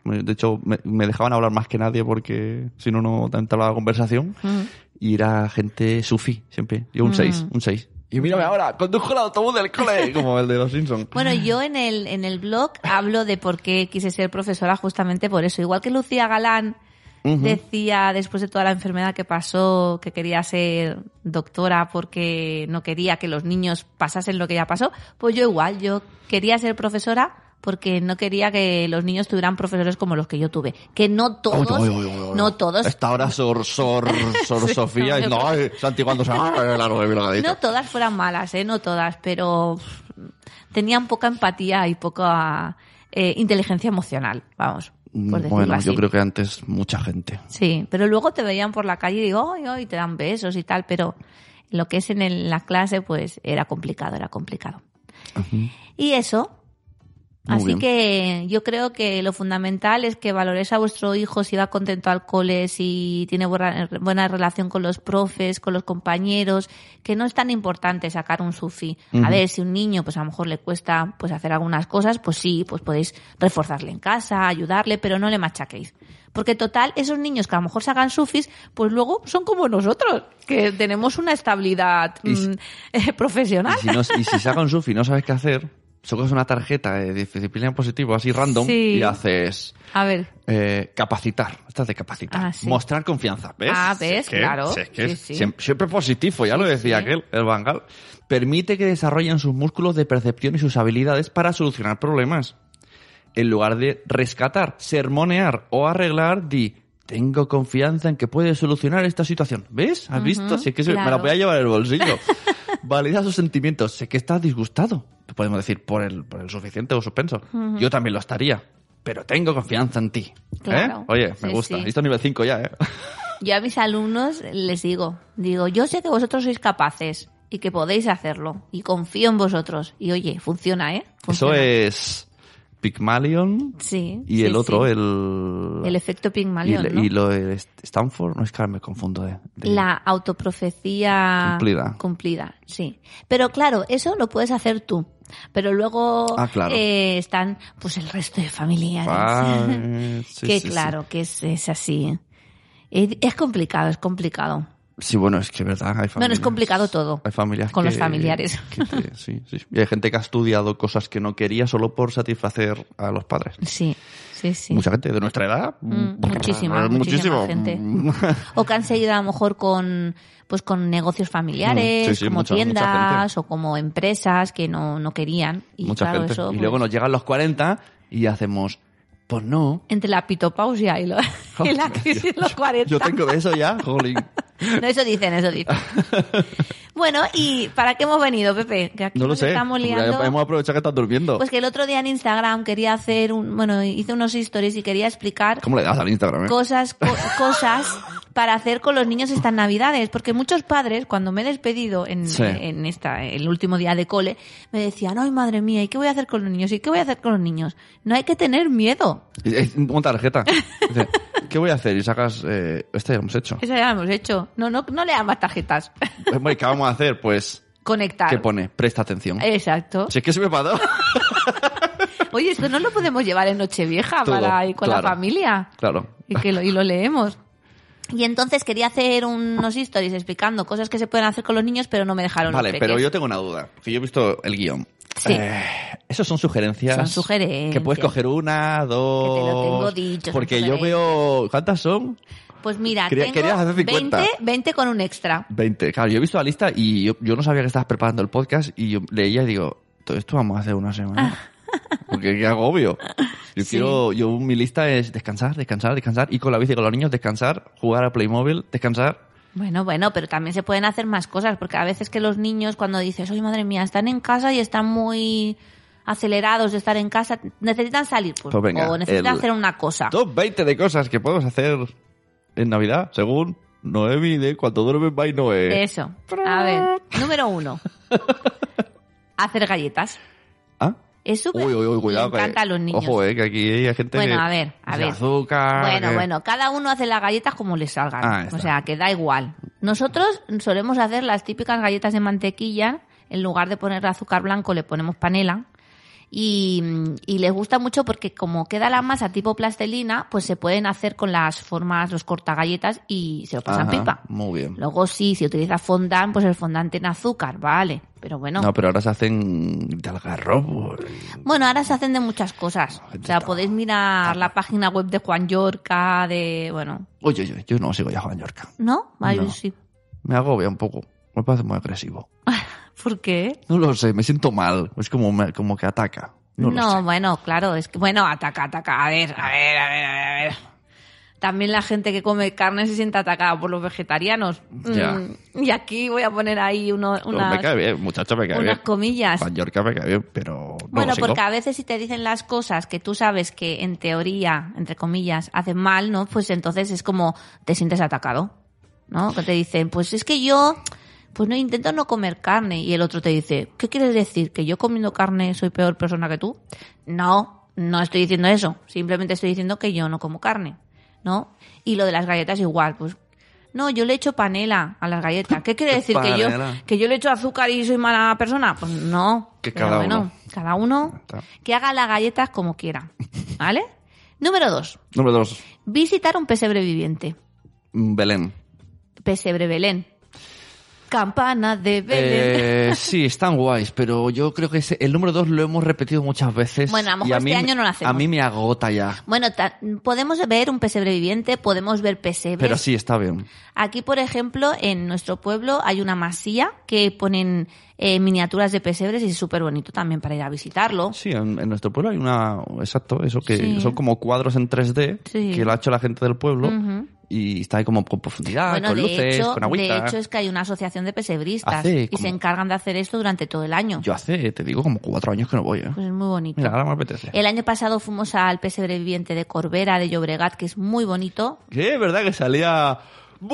Me- De hecho, me, me dejaban hablar más que nadie porque si no, no te entraba la conversación. Mm. Y era gente sufí, siempre. Yo un 6, un 6. Y mírame ahora, condujo el autobús del cole, como el de los Simpsons. Bueno, yo en el, en el blog hablo de por qué quise ser profesora justamente por eso. Igual que Lucía Galán decía después de toda la enfermedad que pasó que quería ser doctora porque no quería que los niños pasasen lo que ya pasó, pues yo igual, yo quería ser profesora porque no quería que los niños tuvieran profesores como los que yo tuve. Que no Ah, todos, no todos Esta hora Sor, Sor, Sor Sí, Sofía no, y no, eh, ay, santiguándose. ay, eh, la nueve, lo que ha dicho. No todas fueran malas, ¿eh? No todas, pero pff, tenían poca empatía y poca eh, inteligencia emocional, vamos, por decirlo Mm, Bueno, así. yo creo que antes mucha gente. Sí, pero luego te veían por la calle y digo, "Ay, ay", y te dan besos y tal, pero lo que es en el- la clase, pues era complicado, era complicado. Y eso. Muy Así bien. que Eh, yo creo que lo fundamental es que valoréis a vuestro hijo si va contento al cole, si tiene buena, buena relación con los profes, con los compañeros, que no es tan importante sacar un sufi. A ver, si un niño, pues a lo mejor le cuesta pues hacer algunas cosas, pues sí, pues podéis reforzarle en casa, ayudarle, pero no le machaquéis. Porque total, esos niños que a lo mejor sacan sufis, pues luego son como nosotros, que tenemos una estabilidad Y si- mm, eh, profesional. Y si, no, y si saca un sufi y no sabes qué hacer, sacas una tarjeta de disciplina positiva así random Sí. y haces A ver. eh, capacitar. Estás de capacitar. Ah, sí. Mostrar confianza. ¿Ves? Ah, Si es ¿ves? que- Claro. si es que Sí, es sí. siem- siempre positivo, ya lo decía sí. aquel, el Bangal. Permite que desarrollen sus músculos de percepción y sus habilidades para solucionar problemas. En lugar de rescatar, sermonear o arreglar, di. Tengo confianza en que puedes solucionar esta situación. ¿Ves? ¿Has visto? Si es que se- me la claro. voy a llevar en el bolsillo. Valida sus sentimientos. Sé que estás disgustado. Podemos decir por el, por el suficiente o suspenso. Yo también lo estaría. Pero tengo confianza en ti. ¿Eh? Claro. Oye, me Sí, gusta. sí. Y esto es nivel 5 ya, ¿eh? Yo a mis alumnos les digo, digo, yo sé que vosotros sois capaces y que podéis hacerlo y confío en vosotros. Y oye, funciona, ¿eh? Eso Funciona. es Pygmalion Sí. y sí, el otro, sí. el... El efecto Pygmalion, y, el- ¿no? y lo de Stanford. No, es que ahora me confundo de... de- La autoprofecía Cumplida. cumplida, sí. Pero claro, eso lo puedes hacer tú. Pero luego Ah, claro. eh, están pues el resto de familiares. Ah, sí, que sí, sí. ¿eh? claro, que es, es así. Es, es complicado, es complicado. Sí, bueno, es que verdad, hay familias. Bueno, es complicado todo. Hay familias Con los que- familiares. que te- sí, sí. Y hay gente que ha estudiado cosas que no quería solo por satisfacer a los padres. Sí, sí, sí. Mucha gente de nuestra edad. Mm, muchísima, muchísima gente. O que han seguido a lo mejor con pues con negocios familiares, Mm, sí, sí, como mucha- mucha tiendas o como empresas que no, no querían. Y Mucha claro, gente. eso. y pues, luego nos llegan los 40 y hacemos, pues no. Entre la pitopausia y, lo- y la crisis de los 40. Yo tengo de eso ya, jolín. No, eso dicen, eso dicen. bueno, ¿y para qué hemos venido, Pepe? Que aquí No lo nos sé. estamos liando. Hemos aprovechado que estás durmiendo. Pues que el otro día en Instagram quería hacer un, bueno, hice unos stories y quería explicar ¿Cómo le das al Instagram? eh? cosas, co- cosas para hacer con los niños estas navidades. Porque muchos padres, cuando me he despedido en, Sí. en esta, el último día de cole, me decían, ay madre mía, ¿y qué voy a hacer con los niños? ¿Y qué voy a hacer con los niños? No hay que tener miedo. Y- y- Una tarjeta. Dice, ¿Qué voy a hacer? Y sacas, eh, este ya lo hemos hecho. Eso ya lo hemos hecho. No, no, no le dan más tarjetas. Hombre, ¿Qué vamos a hacer? Pues, Conectar. ¿qué pone? Presta atención. Eh, Exacto. Si es que se me paró. Oye, esto no lo podemos llevar en Nochevieja Todo, para ir con claro. la familia. Claro. y que lo, y lo leemos. Y entonces quería hacer unos stories explicando cosas que se pueden hacer con los niños, pero no me dejaron. los Vale, pero peques. yo tengo una duda. Porque yo he visto el guión. Sí. Esas son sugerencias. Son sugerencias. Que puedes coger una, dos. Que te lo tengo dicho, son Porque yo veo. ¿Cuántas son? Pues mira, Quería- tengo querías hacer 50. 20, 20 con un extra. 20. Claro, yo he visto la lista y yo, yo no sabía que estabas preparando el podcast y yo leía y digo, todo esto vamos a hacer una semana. Porque qué agobio. Yo Sí. quiero, yo mi lista es descansar, descansar, descansar, ir con la bici con los niños, descansar, jugar a Playmobil, descansar. Bueno, bueno, pero también se pueden hacer más cosas, porque a veces que los niños cuando dices, oye, madre mía, están en casa y están muy acelerados de estar en casa, necesitan salir, pues, Pues venga, o necesitan el- hacer una cosa. Top 20 de cosas que podemos hacer en Navidad, según Noemi de cuando duerme va y Noé. Eso. A ver, número uno. hacer galletas. ¿Ah? Es súper... Uy, uy, uy, le cuidado. que- encanta a los niños. Ojo, eh, que aquí hay gente Bueno, que- a ver, a que ver. azúcar. Bueno, que- bueno, cada uno hace las galletas como le salgan. Ah, está. o sea, que da igual. Nosotros solemos hacer las típicas galletas de mantequilla. En lugar de poner azúcar blanco, le ponemos panela. Y, y les gusta mucho porque como queda la masa tipo plastilina, pues se pueden hacer con las formas, los cortagalletas y se lo pasan Ajá, pipa. Muy bien. Luego sí, si utiliza fondant, pues el fondant tiene azúcar, vale. Pero bueno. No. pero ahora se hacen de algarrobo. Bueno, ahora se hacen de muchas cosas. O sea, podéis mirar la página web de Juan Yorca, de... Bueno, Oye, oye, yo no sigo ya a Juan Yorca. ¿no? Ay, No. sí. Me agobia un poco. Me parece muy agresivo. ¿Por qué? No lo sé, me siento mal. Es como, me- como que ataca. No, No, lo sé. bueno, claro, es que, bueno, ataca, ataca, a ver, a ver, a ver, a ver, a ver. También la gente que come carne se siente atacada por los vegetarianos. Mm, Ya. y aquí voy a poner ahí uno, No, unas, me cae bien, muchacho, me cae unas bien. comillas. Juan Yorca me cae bien, pero no Bueno, lo sigo. porque a veces si te dicen las cosas que tú sabes que en teoría, entre comillas, hacen mal, ¿no? Pues entonces es como te sientes atacado, ¿no? Que te dicen, pues es que yo, pues no intento no comer carne. Y el otro te dice, ¿qué quieres decir? ¿Que yo comiendo carne soy peor persona que tú? No, no estoy diciendo eso. Simplemente estoy diciendo que yo no como carne, ¿no? Y lo de las galletas igual, pues... No, yo le echo panela a las galletas. ¿Qué quiere decir que yo, Panela. que yo le echo azúcar y soy mala persona? Pues no. Que Pero cada bueno, uno. cada uno está. que haga las galletas como quiera. ¿Vale? Número dos. Número dos, mm, Visitar un pesebre viviente. Belén. Pesebre Belén. Campana de Belén. Eh, sí, están guays, pero yo creo que ese- el número dos lo hemos repetido muchas veces. Bueno, a lo y mejor mí, este año no lo hacemos. A mí me agota ya. Bueno, ta- podemos ver un pesebre viviente, podemos ver pesebres. Pero sí, está bien. Aquí, por ejemplo, en nuestro pueblo hay una masía que ponen eh, miniaturas de pesebres y es súper bonito también para ir a visitarlo. Sí, en, en nuestro pueblo hay una. Exacto, eso que Sí. son como cuadros en 3D Sí. que lo ha hecho la gente del pueblo Ujú. y está ahí como con profundidad, Bueno, Ah, con de, luces, hecho, con de agüita. hecho es que hay una asociación de pesebristas Hace y como- se encargan de hacer esto durante todo el año. Yo hace, te digo, como cuatro años que no voy, ¿eh? Pues es muy bonito. Mira, ahora me apetece. El año pasado fuimos al pesebre viviente de Corbera, de Llobregat, que es muy bonito. Que es verdad que salía.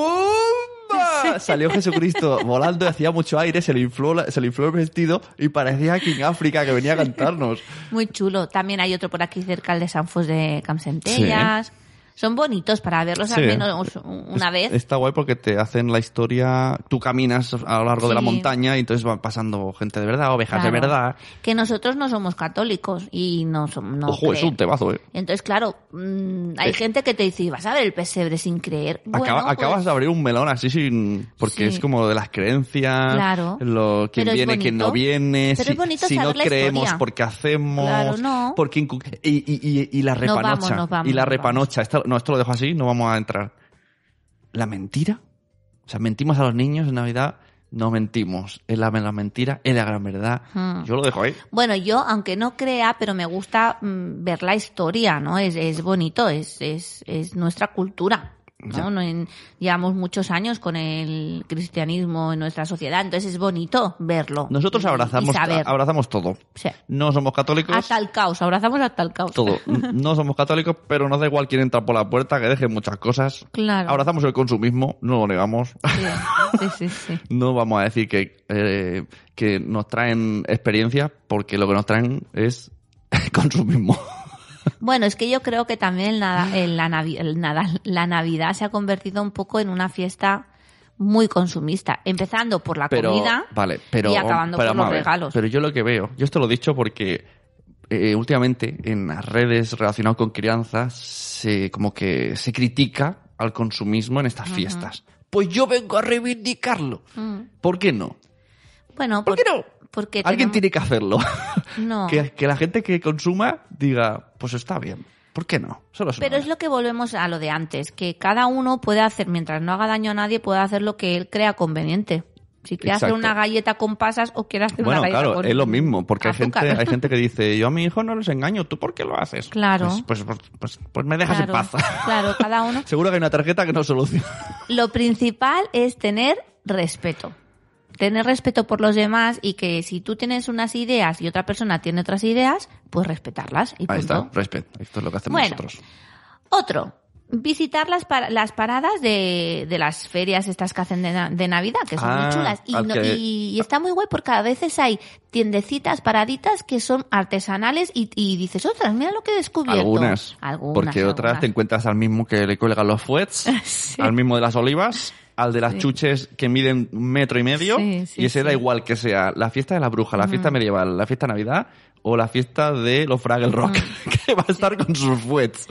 ¡Bomba! Salió Jesucristo volando, hacía mucho aire, se le infló, la- se le infló el vestido y parecía King África que venía a cantarnos. Muy chulo. También hay otro por aquí cerca, el de San Fos de Campsentellas. son bonitos para verlos Sí. al menos una Es- vez. Está guay porque te hacen la historia, tú caminas a lo largo de la Sí. montaña y entonces van pasando gente de verdad, ovejas de Claro. verdad. Que nosotros no somos católicos y no somos. No Ojo, es creo. un temazo, ¿eh? Entonces, claro, mm, hay Eh. gente que te dice, "Y vas a ver el pesebre sin creer. Acaba- Bueno, acabas pues, de abrir un melón así sin... Porque Sí. es como de las creencias, Claro. lo, quién Pero es viene, quién no bonito. viene, Pero si, es bonito si no saber la creemos, historia. por qué hacemos, Claro, no. por qué incu- y, y, y- y la Nos vamos, repanocha. nos vamos, y la nos repanocha. Esta- no, esto lo dejo así, no vamos a entrar. La mentira. O sea, mentimos a los niños en Navidad, no mentimos. Es la, la mentira, es la gran verdad. Hmm. Yo lo dejo ahí. Bueno, yo, aunque no crea, pero me gusta mm, ver la historia, ¿no? Es, es bonito, es, es, es nuestra cultura. Ya. ¿no? No en- llevamos muchos años con el cristianismo en nuestra sociedad, entonces es bonito verlo. Nosotros y- y abrazamos, saber. abrazamos todo. O sea, No somos católicos. hasta el caos, abrazamos hasta el caos. todo. No somos católicos, pero nos da igual quién entra por la puerta, que dejen muchas cosas. Claro. Abrazamos el consumismo, no lo negamos. Sí, sí, sí, sí. No vamos a decir que, eh, que nos traen experiencia, porque lo que nos traen es consumismo. Bueno, es que yo creo que también el nada- el la, navi- el nada- la Navidad se ha convertido un poco en una fiesta muy consumista, empezando por la Pero, comida vale, pero, y acabando pero por vamos los a ver. regalos. Pero yo lo que veo, yo esto lo he dicho porque eh, últimamente en las redes relacionadas con crianza se como que se critica al consumismo en estas fiestas. Pues yo vengo a reivindicarlo. Mm. ¿Por qué no? Bueno, ¿Por qué no? Porque Alguien tenemos- tiene que hacerlo. No. que, que la gente que consuma diga, pues está bien. ¿Por qué no? Solo es una Pero es vez. lo que volvemos a lo de antes, que cada uno puede hacer, mientras no haga daño a nadie, puede hacer lo que él crea conveniente. Si quiere hacer Exacto. una galleta con pasas o quiere hacer Bueno, una galleta claro, con es lo mismo, porque hay gente, azúcar. hay gente que dice, yo a mi hijo no les engaño, ¿tú por qué lo haces? Claro. Pues, pues, pues, pues- pues me dejas claro, en paz. claro, cada uno. Seguro que hay una tarjeta que no soluciona. Lo principal es tener respeto. Tener respeto por los demás y que si tú tienes unas ideas y otra persona tiene otras ideas, pues respetarlas y punto. Ahí está, respeto. Esto es lo que hacemos Bueno. nosotros. Otro, visitar las, par- las paradas de, de las ferias estas que hacen de, na- de Navidad, que son Ah, muy chulas. Y, al no- que- y- y está muy guay porque a veces hay tiendecitas, paraditas que son artesanales y, y dices, otras, mira lo que he descubierto. Algunas, Algunas. Porque otras te algunas. encuentras al mismo que le cuelgan los fuets, Sí. al mismo de las olivas, al de las chuches que miden un metro y medio. Sí, sí, y ese da sí. igual que sea la fiesta de la bruja, la fiesta medieval, la fiesta de Navidad o la fiesta de los Fraggle Rock, que va a estar con sus fuets.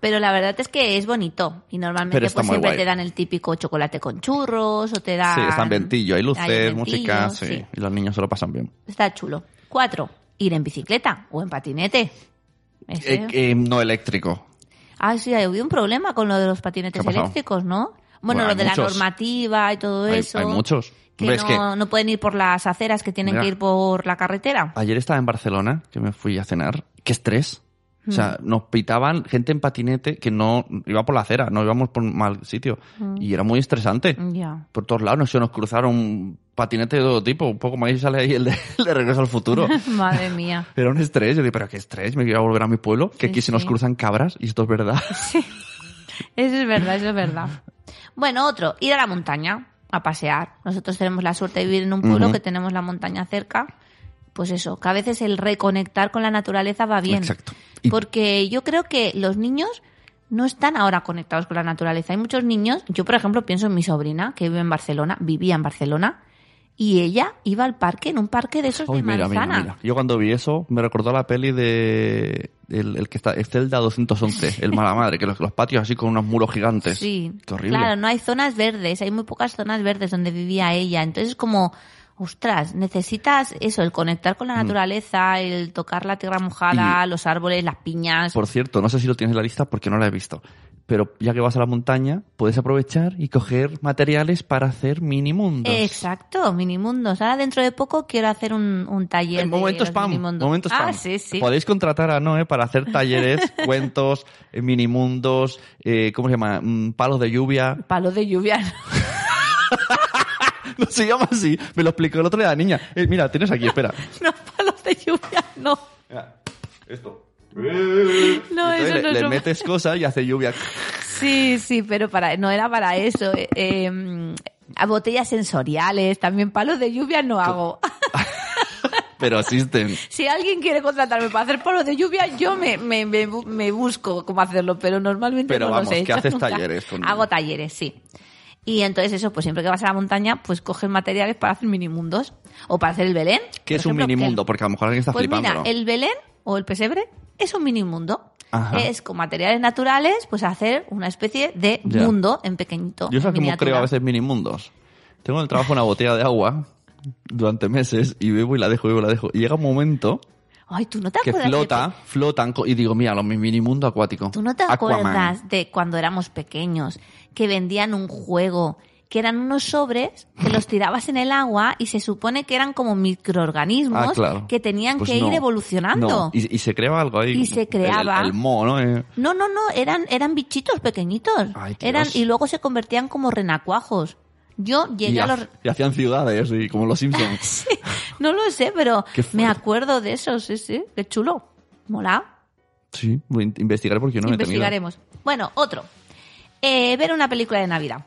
Pero la verdad es que es bonito. Y normalmente Pero pues, está muy siempre guay. te dan el típico chocolate con churros o te dan... Sí, están ventillo, hay luces, Ah. Hay un música, sí. ventillo, sí. Y los niños se lo pasan bien. Está chulo. Cuatro, ir en bicicleta o en patinete. Ese- Eh, eh, no eléctrico. Ah, sí, había un problema con lo de los patinetes ¿Qué ha pasado? eléctricos, ¿no? Bueno, Bueno, hay lo de la muchos. normativa y todo Hay- eso. hay muchos. Que Ves no, que- no pueden ir por las aceras, que tienen Mira. que ir por la carretera. Ayer estaba en Barcelona, que me fui a cenar. ¡Qué estrés! O sea, Mm. nos pitaban gente en patinete que no iba por la acera, no íbamos por mal sitio. Mm. Y era muy estresante. Ya. Por todos lados, no se nos cruzaron patinetes de todo tipo. Un poco más y sale ahí el de, el de regreso al futuro. Madre mía. Era un estrés. Yo digo, pero qué estrés, me quiero volver a mi pueblo, Sí, que aquí se nos sí. cruzan cabras y esto es verdad. Eso es verdad, eso es verdad. Bueno, otro, ir a la montaña a pasear. Nosotros tenemos la suerte de vivir en un pueblo Ujú. que tenemos la montaña cerca. Pues eso, que a veces el reconectar con la naturaleza va bien. Exacto. Y- Porque yo creo que los niños no están ahora conectados con la naturaleza. Hay muchos niños, yo por ejemplo pienso en mi sobrina que vive en Barcelona, vivía en Barcelona, y ella iba al parque, en un parque de esos Uy, de mira, mira, manzana. mira. Yo cuando vi eso me recordó la peli de el, el que está el Zelda 211, el mala madre, que los, los patios así con unos muros gigantes. Sí, Qué horrible. claro, no hay zonas verdes, hay muy pocas zonas verdes donde vivía ella. Entonces es como, ostras, necesitas eso, el conectar Mm. con la naturaleza, el tocar la tierra mojada, los árboles, las piñas. Por cierto, no sé si lo tienes en la lista porque no la he visto. Pero ya que vas a la montaña, puedes aprovechar y coger materiales para hacer mini mundos. Exacto, minimundos. Ahora dentro de poco quiero hacer un, un taller. En de momento los spam, minimundos. momento spam. Ah, sí, sí. Podéis contratar a Noé para hacer talleres, cuentos, eh, minimundos, eh, ¿cómo se llama? Mm, Palos de lluvia. Palo de lluvia. No se llama así. Me lo explicó el otro día la niña. Eh, mira, tienes aquí, espera. No, palos de lluvia, no. Mira, esto. No, Entonces eso le, no es le un- metes cosas y hace lluvia. Sí, sí, pero para, no era para eso. Eh, eh, a botellas sensoriales, también palos de lluvia no hago. pero existen. Si alguien quiere contratarme para hacer polvo de lluvia, yo me, me, me, bu- me busco cómo hacerlo, pero normalmente Pero no vamos, los he que hecho haces nunca. talleres con- Hago talleres, sí. Y entonces eso, pues siempre que vas a la montaña, pues coges materiales para hacer minimundos. O para hacer el Belén. ¿Qué por es un ejemplo, que- minimundo? Porque a lo mejor alguien está Pues flipando. mira, el Belén o el pesebre es un minimundo. Ajá. Es con materiales naturales, pues hacer una especie de Ya. mundo en pequeñito. Yo en sabes cómo miniatura. creo a veces minimundos. Tengo en el trabajo una botella de agua durante meses y bebo y la dejo, bebo y la dejo. Y llega un momento Ay, tú no te que acuerdas. de- flota, flotan co- y digo, mira, lo mi minimundo acuático. ¿Tú no te Aquaman. acuerdas de cuando éramos pequeños que vendían un juego que eran unos sobres que los tirabas en el agua y se supone que eran como microorganismos Ah, claro. que tenían Pues que no, ir evolucionando? no. Y, y se creaba algo ahí. Y se creaba. El, el mo, ¿no? Eh, No, no, no, eran, eran bichitos pequeñitos. Ay, Dios. eran, y luego se convertían como renacuajos. Yo llegué y, a ha- los. y hacían ciudades, y como los Simpsons. Sí, no lo sé, pero Qué fuerte. me acuerdo de eso, sí, sí. Qué chulo. Mola. sí, voy a in- investigar porque yo no lo he tenido. Investigaremos. Bueno, otro. Eh, ver una película de Navidad.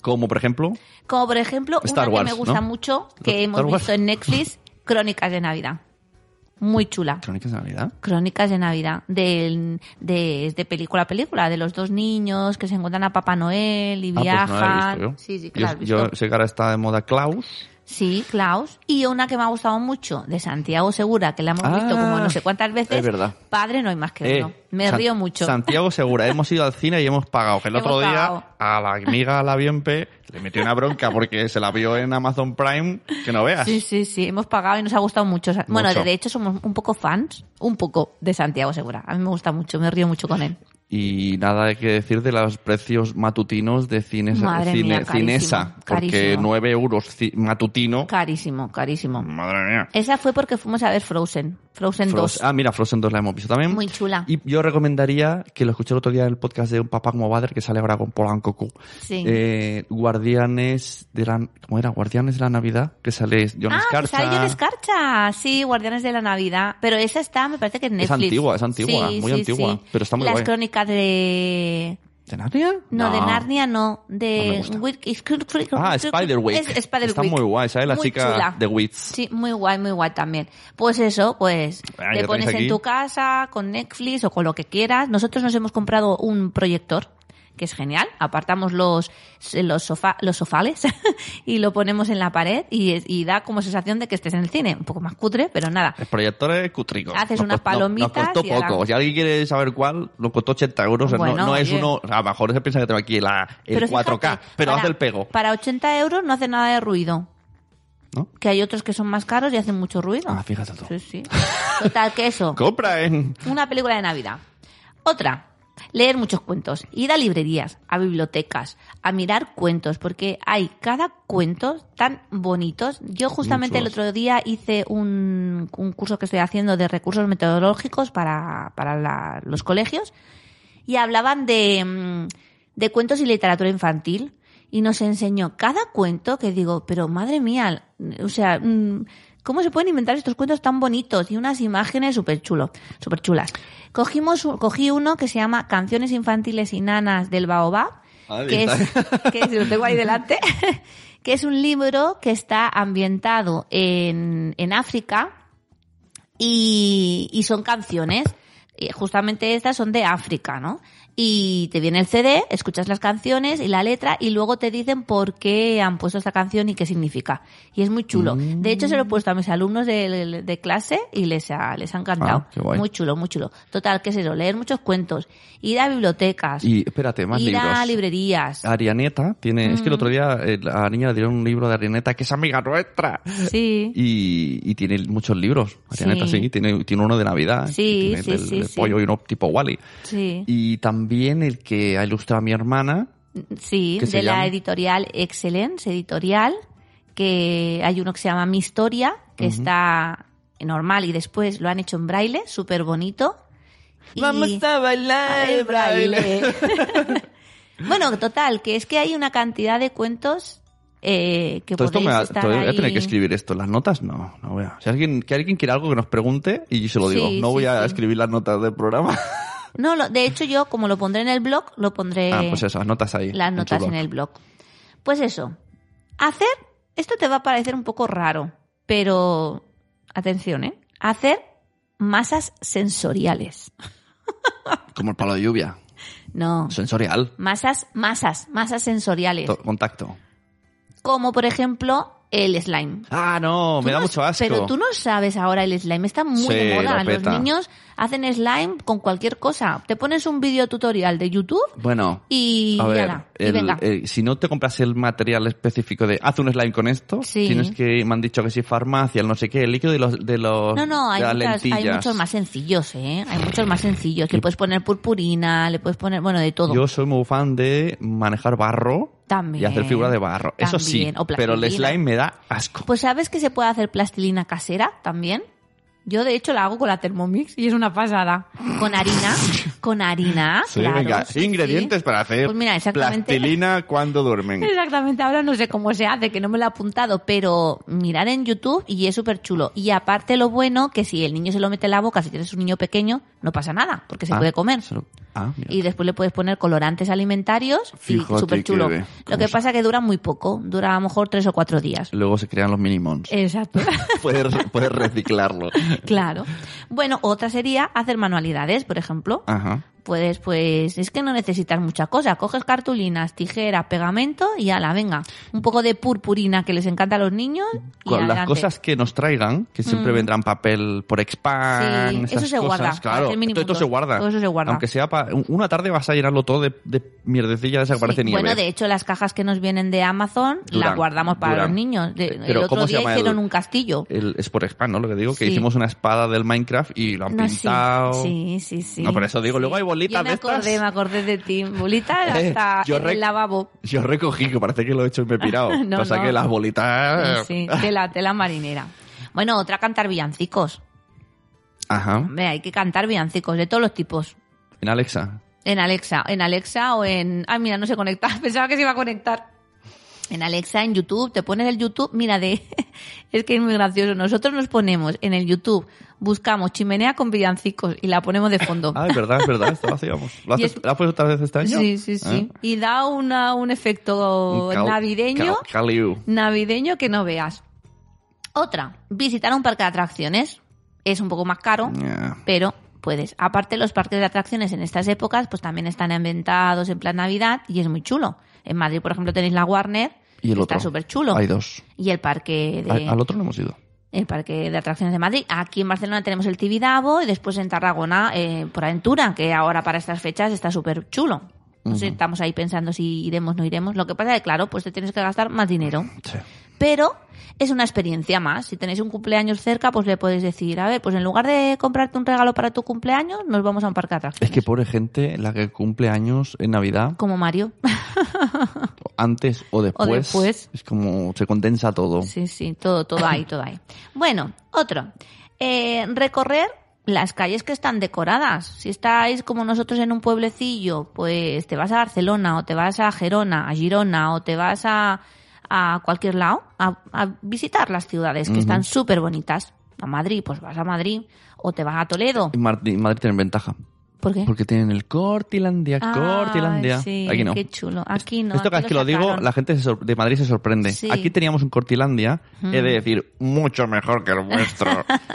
Como, por ejemplo, Como por ejemplo, Star una Wars, que me gusta ¿no? mucho, Star que hemos Wars. visto en Netflix, Crónicas de Navidad. Muy chula. Crónicas de Navidad. Crónicas de Navidad, del- de, es de película a película, de los dos niños que se encuentran a Papá Noel y Ah, pues no la he viajan. visto yo. sí, sí, que Yo- la has yo, visto. sé que ahora está de moda Klaus. Sí, Klaus. Y una que me ha gustado mucho, de Santiago Segura, que la hemos visto Ah, como no sé cuántas veces. es verdad. Padre, no hay más que verlo. Eh, Me San- río mucho. Santiago Segura, hemos ido al cine y hemos pagado. Que el Hemos otro día pagado. a la amiga, a la Bienpe, le metió una bronca porque se la vio en Amazon Prime, que no veas. Sí, sí, sí, hemos pagado y nos ha gustado mucho. Bueno, Mucho. de hecho somos un poco fans, un poco de Santiago Segura. A mí me gusta mucho, me río mucho con él. Y nada que decir de los precios matutinos de cines, Madre cine- mía, carísimo, Cinesa, porque carísimo. 9 euros ci- matutino. Carísimo, carísimo. Madre mía. Esa fue porque fuimos a ver Frozen, Frozen 2. Frozen- ah, mira, Frozen 2 la hemos visto también. Muy chula. Y yo recomendaría, que lo escuché el otro día en el podcast de un papá como padre que sale ahora con Polanco Q. Sí. Eh, Guardianes de la... ¿Cómo era? Guardianes de la Navidad, que sale John ah, que Scarza. sale John Escarcha. Sí, Guardianes de la Navidad. Pero esa está, me parece que en Es Netflix. antigua, es antigua, muy antigua, pero está muy Las guay. crónicas de... ¿De Narnia? No, de Narnia no, No me de gusta. Wick- es- Ah, Spiderwick. Es Spiderwick. Está muy guay, ¿sabes? La Muy chica chula. de Wits. Sí, muy guay, muy guay también. Pues eso, pues Ah, ya te pones tenéis aquí. en tu casa con Netflix o con lo que quieras. Nosotros nos hemos comprado un proyector que es genial. Apartamos los los sofá, los sofales y lo ponemos en la pared y, es- y da como sensación de que estés en el cine, un poco más cutre, pero nada. El proyector es cutrico. Haces Nos unas costó- palomitas Nos costó y ahora- poco. Si alguien quiere saber cuál, nos costó 80 euros. O sea, no, Bueno, no es oye. uno... A lo mejor se piensa que tengo aquí la, el Pero fíjate, 4K, pero para- hace el pego. Para 80 euros no hace nada de ruido. ¿No? Que hay otros que son más caros y hacen mucho ruido. Ah, fíjate tú. Sí, sí. Total, que eso. Compra en... Una película de Navidad. Otra, leer muchos cuentos. Ir a librerías, a bibliotecas, a mirar cuentos, porque hay cada cuento tan bonitos. Yo justamente Muchos. el otro día hice un, un curso que estoy haciendo de recursos metodológicos para, para la- los colegios y hablaban de, mm, de cuentos y literatura infantil y nos enseñó cada cuento que digo, pero madre mía, o sea, mm, ¿cómo se pueden inventar estos cuentos tan bonitos y unas imágenes súper chulo, súper chulas? Cogimos, un- cogí uno que se llama Canciones infantiles y nanas del Baobab, Ahí que está. es, que es- lo tengo ahí delante, que es un libro que está ambientado en, en África, y, y son canciones. eh, Justamente estas son de África, ¿no? Y te viene el CD, escuchas las canciones y la letra y luego te dicen por qué han puesto esta canción y qué significa. Y es muy chulo. De hecho, se lo he puesto a mis alumnos de, de clase y les ha, les ha encantado. Ah, qué guay. Muy chulo, muy chulo. Total, ¿qué es eso? Leer muchos cuentos, ir a bibliotecas, Y espérate, más ir libros. Ah, a librerías. Arianeta tiene... Mm. Es que el otro día eh, a la niña le dieron un libro de Arianeta que es amiga nuestra. Sí. Y, y tiene muchos libros. Arianeta sí, Sí. tiene, tiene uno de Navidad. Sí, tiene el sí, del- sí, del sí. pollo y uno tipo Wally. Sí. Y también el que ha ilustrado a mi hermana, Sí, ¿Qué se de la llama? editorial Excellence Editorial, que hay uno que se llama Mi Historia, que está normal y después lo han hecho en braille, súper bonito. Y- bailar el braille. bueno, total, que es que hay una cantidad de cuentos eh, que Todo esto me podéis va, estar todo- voy a tener ahí. que escribir esto. ¿Las notas? No, no voy a. Si alguien, que alguien quiere algo que nos pregunte, y yo se lo Sí, digo. no sí, voy a sí. escribir las notas del programa. No, lo- de hecho yo, como lo pondré en el blog, lo pondré... ah, pues esas notas ahí. Eh, las en notas tu en blog. el blog. Pues eso, hacer, esto te va a parecer un poco raro, pero atención, ¿eh? Hacer masas sensoriales. Como el palo de lluvia. No. Sensorial. Masas, masas, masas sensoriales. To- Contacto. Como por ejemplo el slime. Ah, no, me Tú da no- mucho asco. Pero tú no sabes ahora el slime, está muy Sí, de moda. lo Los peta. niños hacen slime con cualquier cosa. Te pones un vídeo tutorial de YouTube Bueno, y, a ver, ala, y el- venga. eh, si no te compras el material específico de haz un slime con esto, Sí. tienes que, me han dicho que sí, farmacia, el no sé qué, el líquido de los, de los no, no, hay, de las muchas- hay lentillas. muchos más sencillos, ¿eh? Hay muchos más sencillos. Le puedes poner purpurina, le puedes poner, bueno, de todo. Yo soy muy fan de manejar barro También. y hacer figuras de barro. Eso sí, También, o pero el plastilina. slime me da asco. Pues sabes que se puede hacer plastilina casera también. Yo de hecho la hago con la Thermomix y es una pasada. Con harina, con harina. Sí, claro, venga, sí, sí. ingredientes para hacer Pues mira, exactamente. plastilina cuando duermen. Exactamente, ahora no sé cómo se hace, que no me lo he apuntado, pero mirar en YouTube y es súper chulo. Y aparte lo bueno, que si el niño se lo mete en la boca, si tienes un niño pequeño, no pasa nada, porque se Ah, puede comer. solo- ah, mira. Y después le puedes poner colorantes alimentarios Fíjate y súper chulo. que- Lo que pasa que dura muy poco, dura a lo mejor tres o cuatro días. Luego se crean los minimons. Exacto. Puedes, puedes reciclarlo. claro. Bueno, otra sería hacer manualidades, por ejemplo. Ajá. Puedes, pues, es que no necesitas mucha cosa. Coges cartulinas, tijera, pegamento y ala, venga. Un poco de purpurina que les encanta a los niños. Y Con las adelante. Mm. cosas que nos traigan, que siempre vendrán papel por expand, Sí, esas eso se cosas, guarda, para Claro, hacer mini todo esto mundos. se guarda. Todo eso se guarda. Aunque sea pa- una tarde vas a llenarlo todo de, de mierdecilla de esa que Sí, parece nieve. Bueno, de hecho, las cajas que nos vienen de Amazon Duran, las guardamos para duran. los niños. De- Pero el ¿cómo otro se día llama el- hicieron un castillo. El, es por expand, ¿no? Lo que digo, que Sí. hicimos una espada del Minecraft y lo han No, sí. pintado. Sí, sí, sí. No, por eso digo, luego hay bolitas Yo me de estas. acordé, me acordé de ti. Bolitas Eh, hasta yo en rec- el lavabo. Yo recogí, que parece que lo he hecho y me he pirado. No, Pasa no. que las bolitas... Sí, sí, tela, tela marinera. Bueno, otra cantar villancicos. Ajá. Hombre, hay que cantar villancicos de todos los tipos. En Alexa. En Alexa, en Alexa o en... Ah, mira, no se conecta. Pensaba que se iba a conectar. En Alexa, en YouTube, te pones el YouTube, mira de... Es que es muy gracioso. Nosotros nos ponemos en el YouTube, buscamos chimenea con villancicos y la ponemos de fondo. Ah, es verdad, es verdad, esto lo hacíamos. ¿Lo Y haces, es- ¿lo has puesto otra vez este año? Sí, sí, sí. Ah. Y da una, un efecto Un cal- navideño, cal- caliu. navideño que no veas. Otra, visitar un parque de atracciones. Es un poco más caro, Ya. pero puedes. Aparte, los parques de atracciones en estas épocas, pues también están inventados en plan Navidad y es muy chulo. En Madrid, por ejemplo, tenéis la Warner, Y el que está otro. súper chulo. Hay dos. Y el parque de Al- Al otro no hemos ido. el parque de atracciones de Madrid. Aquí en Barcelona tenemos el Tibidabo y después en Tarragona eh, por Aventura, que ahora para estas fechas está súper chulo. No sé, estamos ahí pensando si iremos o no iremos. Lo que pasa es que, claro, pues te tienes que gastar más dinero. Sí. Pero es una experiencia más. Si tenéis un cumpleaños cerca, pues le podéis decir, a ver, pues en lugar de comprarte un regalo para tu cumpleaños, nos vamos a un parque de Es atracciones. que pobre gente, la que cumple años en Navidad, Como Mario. antes o después, después. es como se condensa todo. Sí, sí, todo, todo ahí, todo ahí. Bueno, otro. Eh, recorrer las calles que están decoradas. Si estáis como nosotros en un pueblecillo, pues te vas a Barcelona o te vas a Gerona, a Girona o te vas a, a cualquier lado a, a visitar las ciudades que están súper bonitas. A Madrid, pues vas a Madrid o te vas a Toledo. En Madrid, Madrid tienen ventaja. ¿Por qué? Porque tienen el Cortilandia, Ah, Cortilandia. ¿Eh? sí, Aquí no. qué chulo. Aquí no, Esto cada aquí vez que lo lo digo, sacaron. la gente se sor- de Madrid se sorprende. Sí. Aquí teníamos un Cortilandia, he de decir, mucho mejor que el vuestro.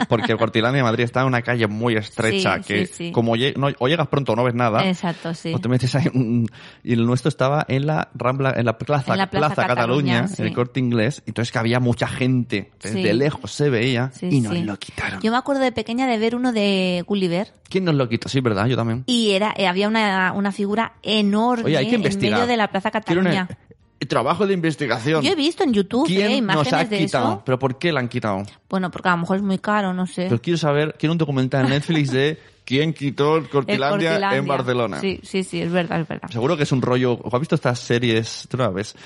Porque el Cortilandia de Madrid está en una calle muy estrecha Sí, que, sí, sí. como lle- no- o llegas pronto o no ves nada, Exacto, sí. O te metes ahí, mm, y el nuestro estaba en la Rambla, en la Plaza, En la plaza, Plaza Cataluña, Cataluña, en el sí. corte inglés, entonces que había mucha gente, desde Sí. lejos se veía Sí, y nos sí. lo quitaron. Yo me acuerdo de pequeña de ver uno de Gulliver. ¿Quién nos lo quitó? Sí, verdad, yo también. y era eh, había una, una figura enorme Oye, hay que investigar. en medio de la Plaza Quiero una- Cataluña. eh, trabajo de investigación. Yo he visto en YouTube ¿Quién eh, nos ha imágenes de quitado? eso. Eh. ¿Pero por qué la han quitado? Bueno, porque a lo mejor es muy caro, no sé. Pero quiero saber, quiero un documental en Netflix de quién quitó el El Cortilandia, Cortilandia. en Barcelona. Sí, sí, sí, es verdad, es verdad. Seguro que es un rollo. ¿Has visto estas series, tú no las ves,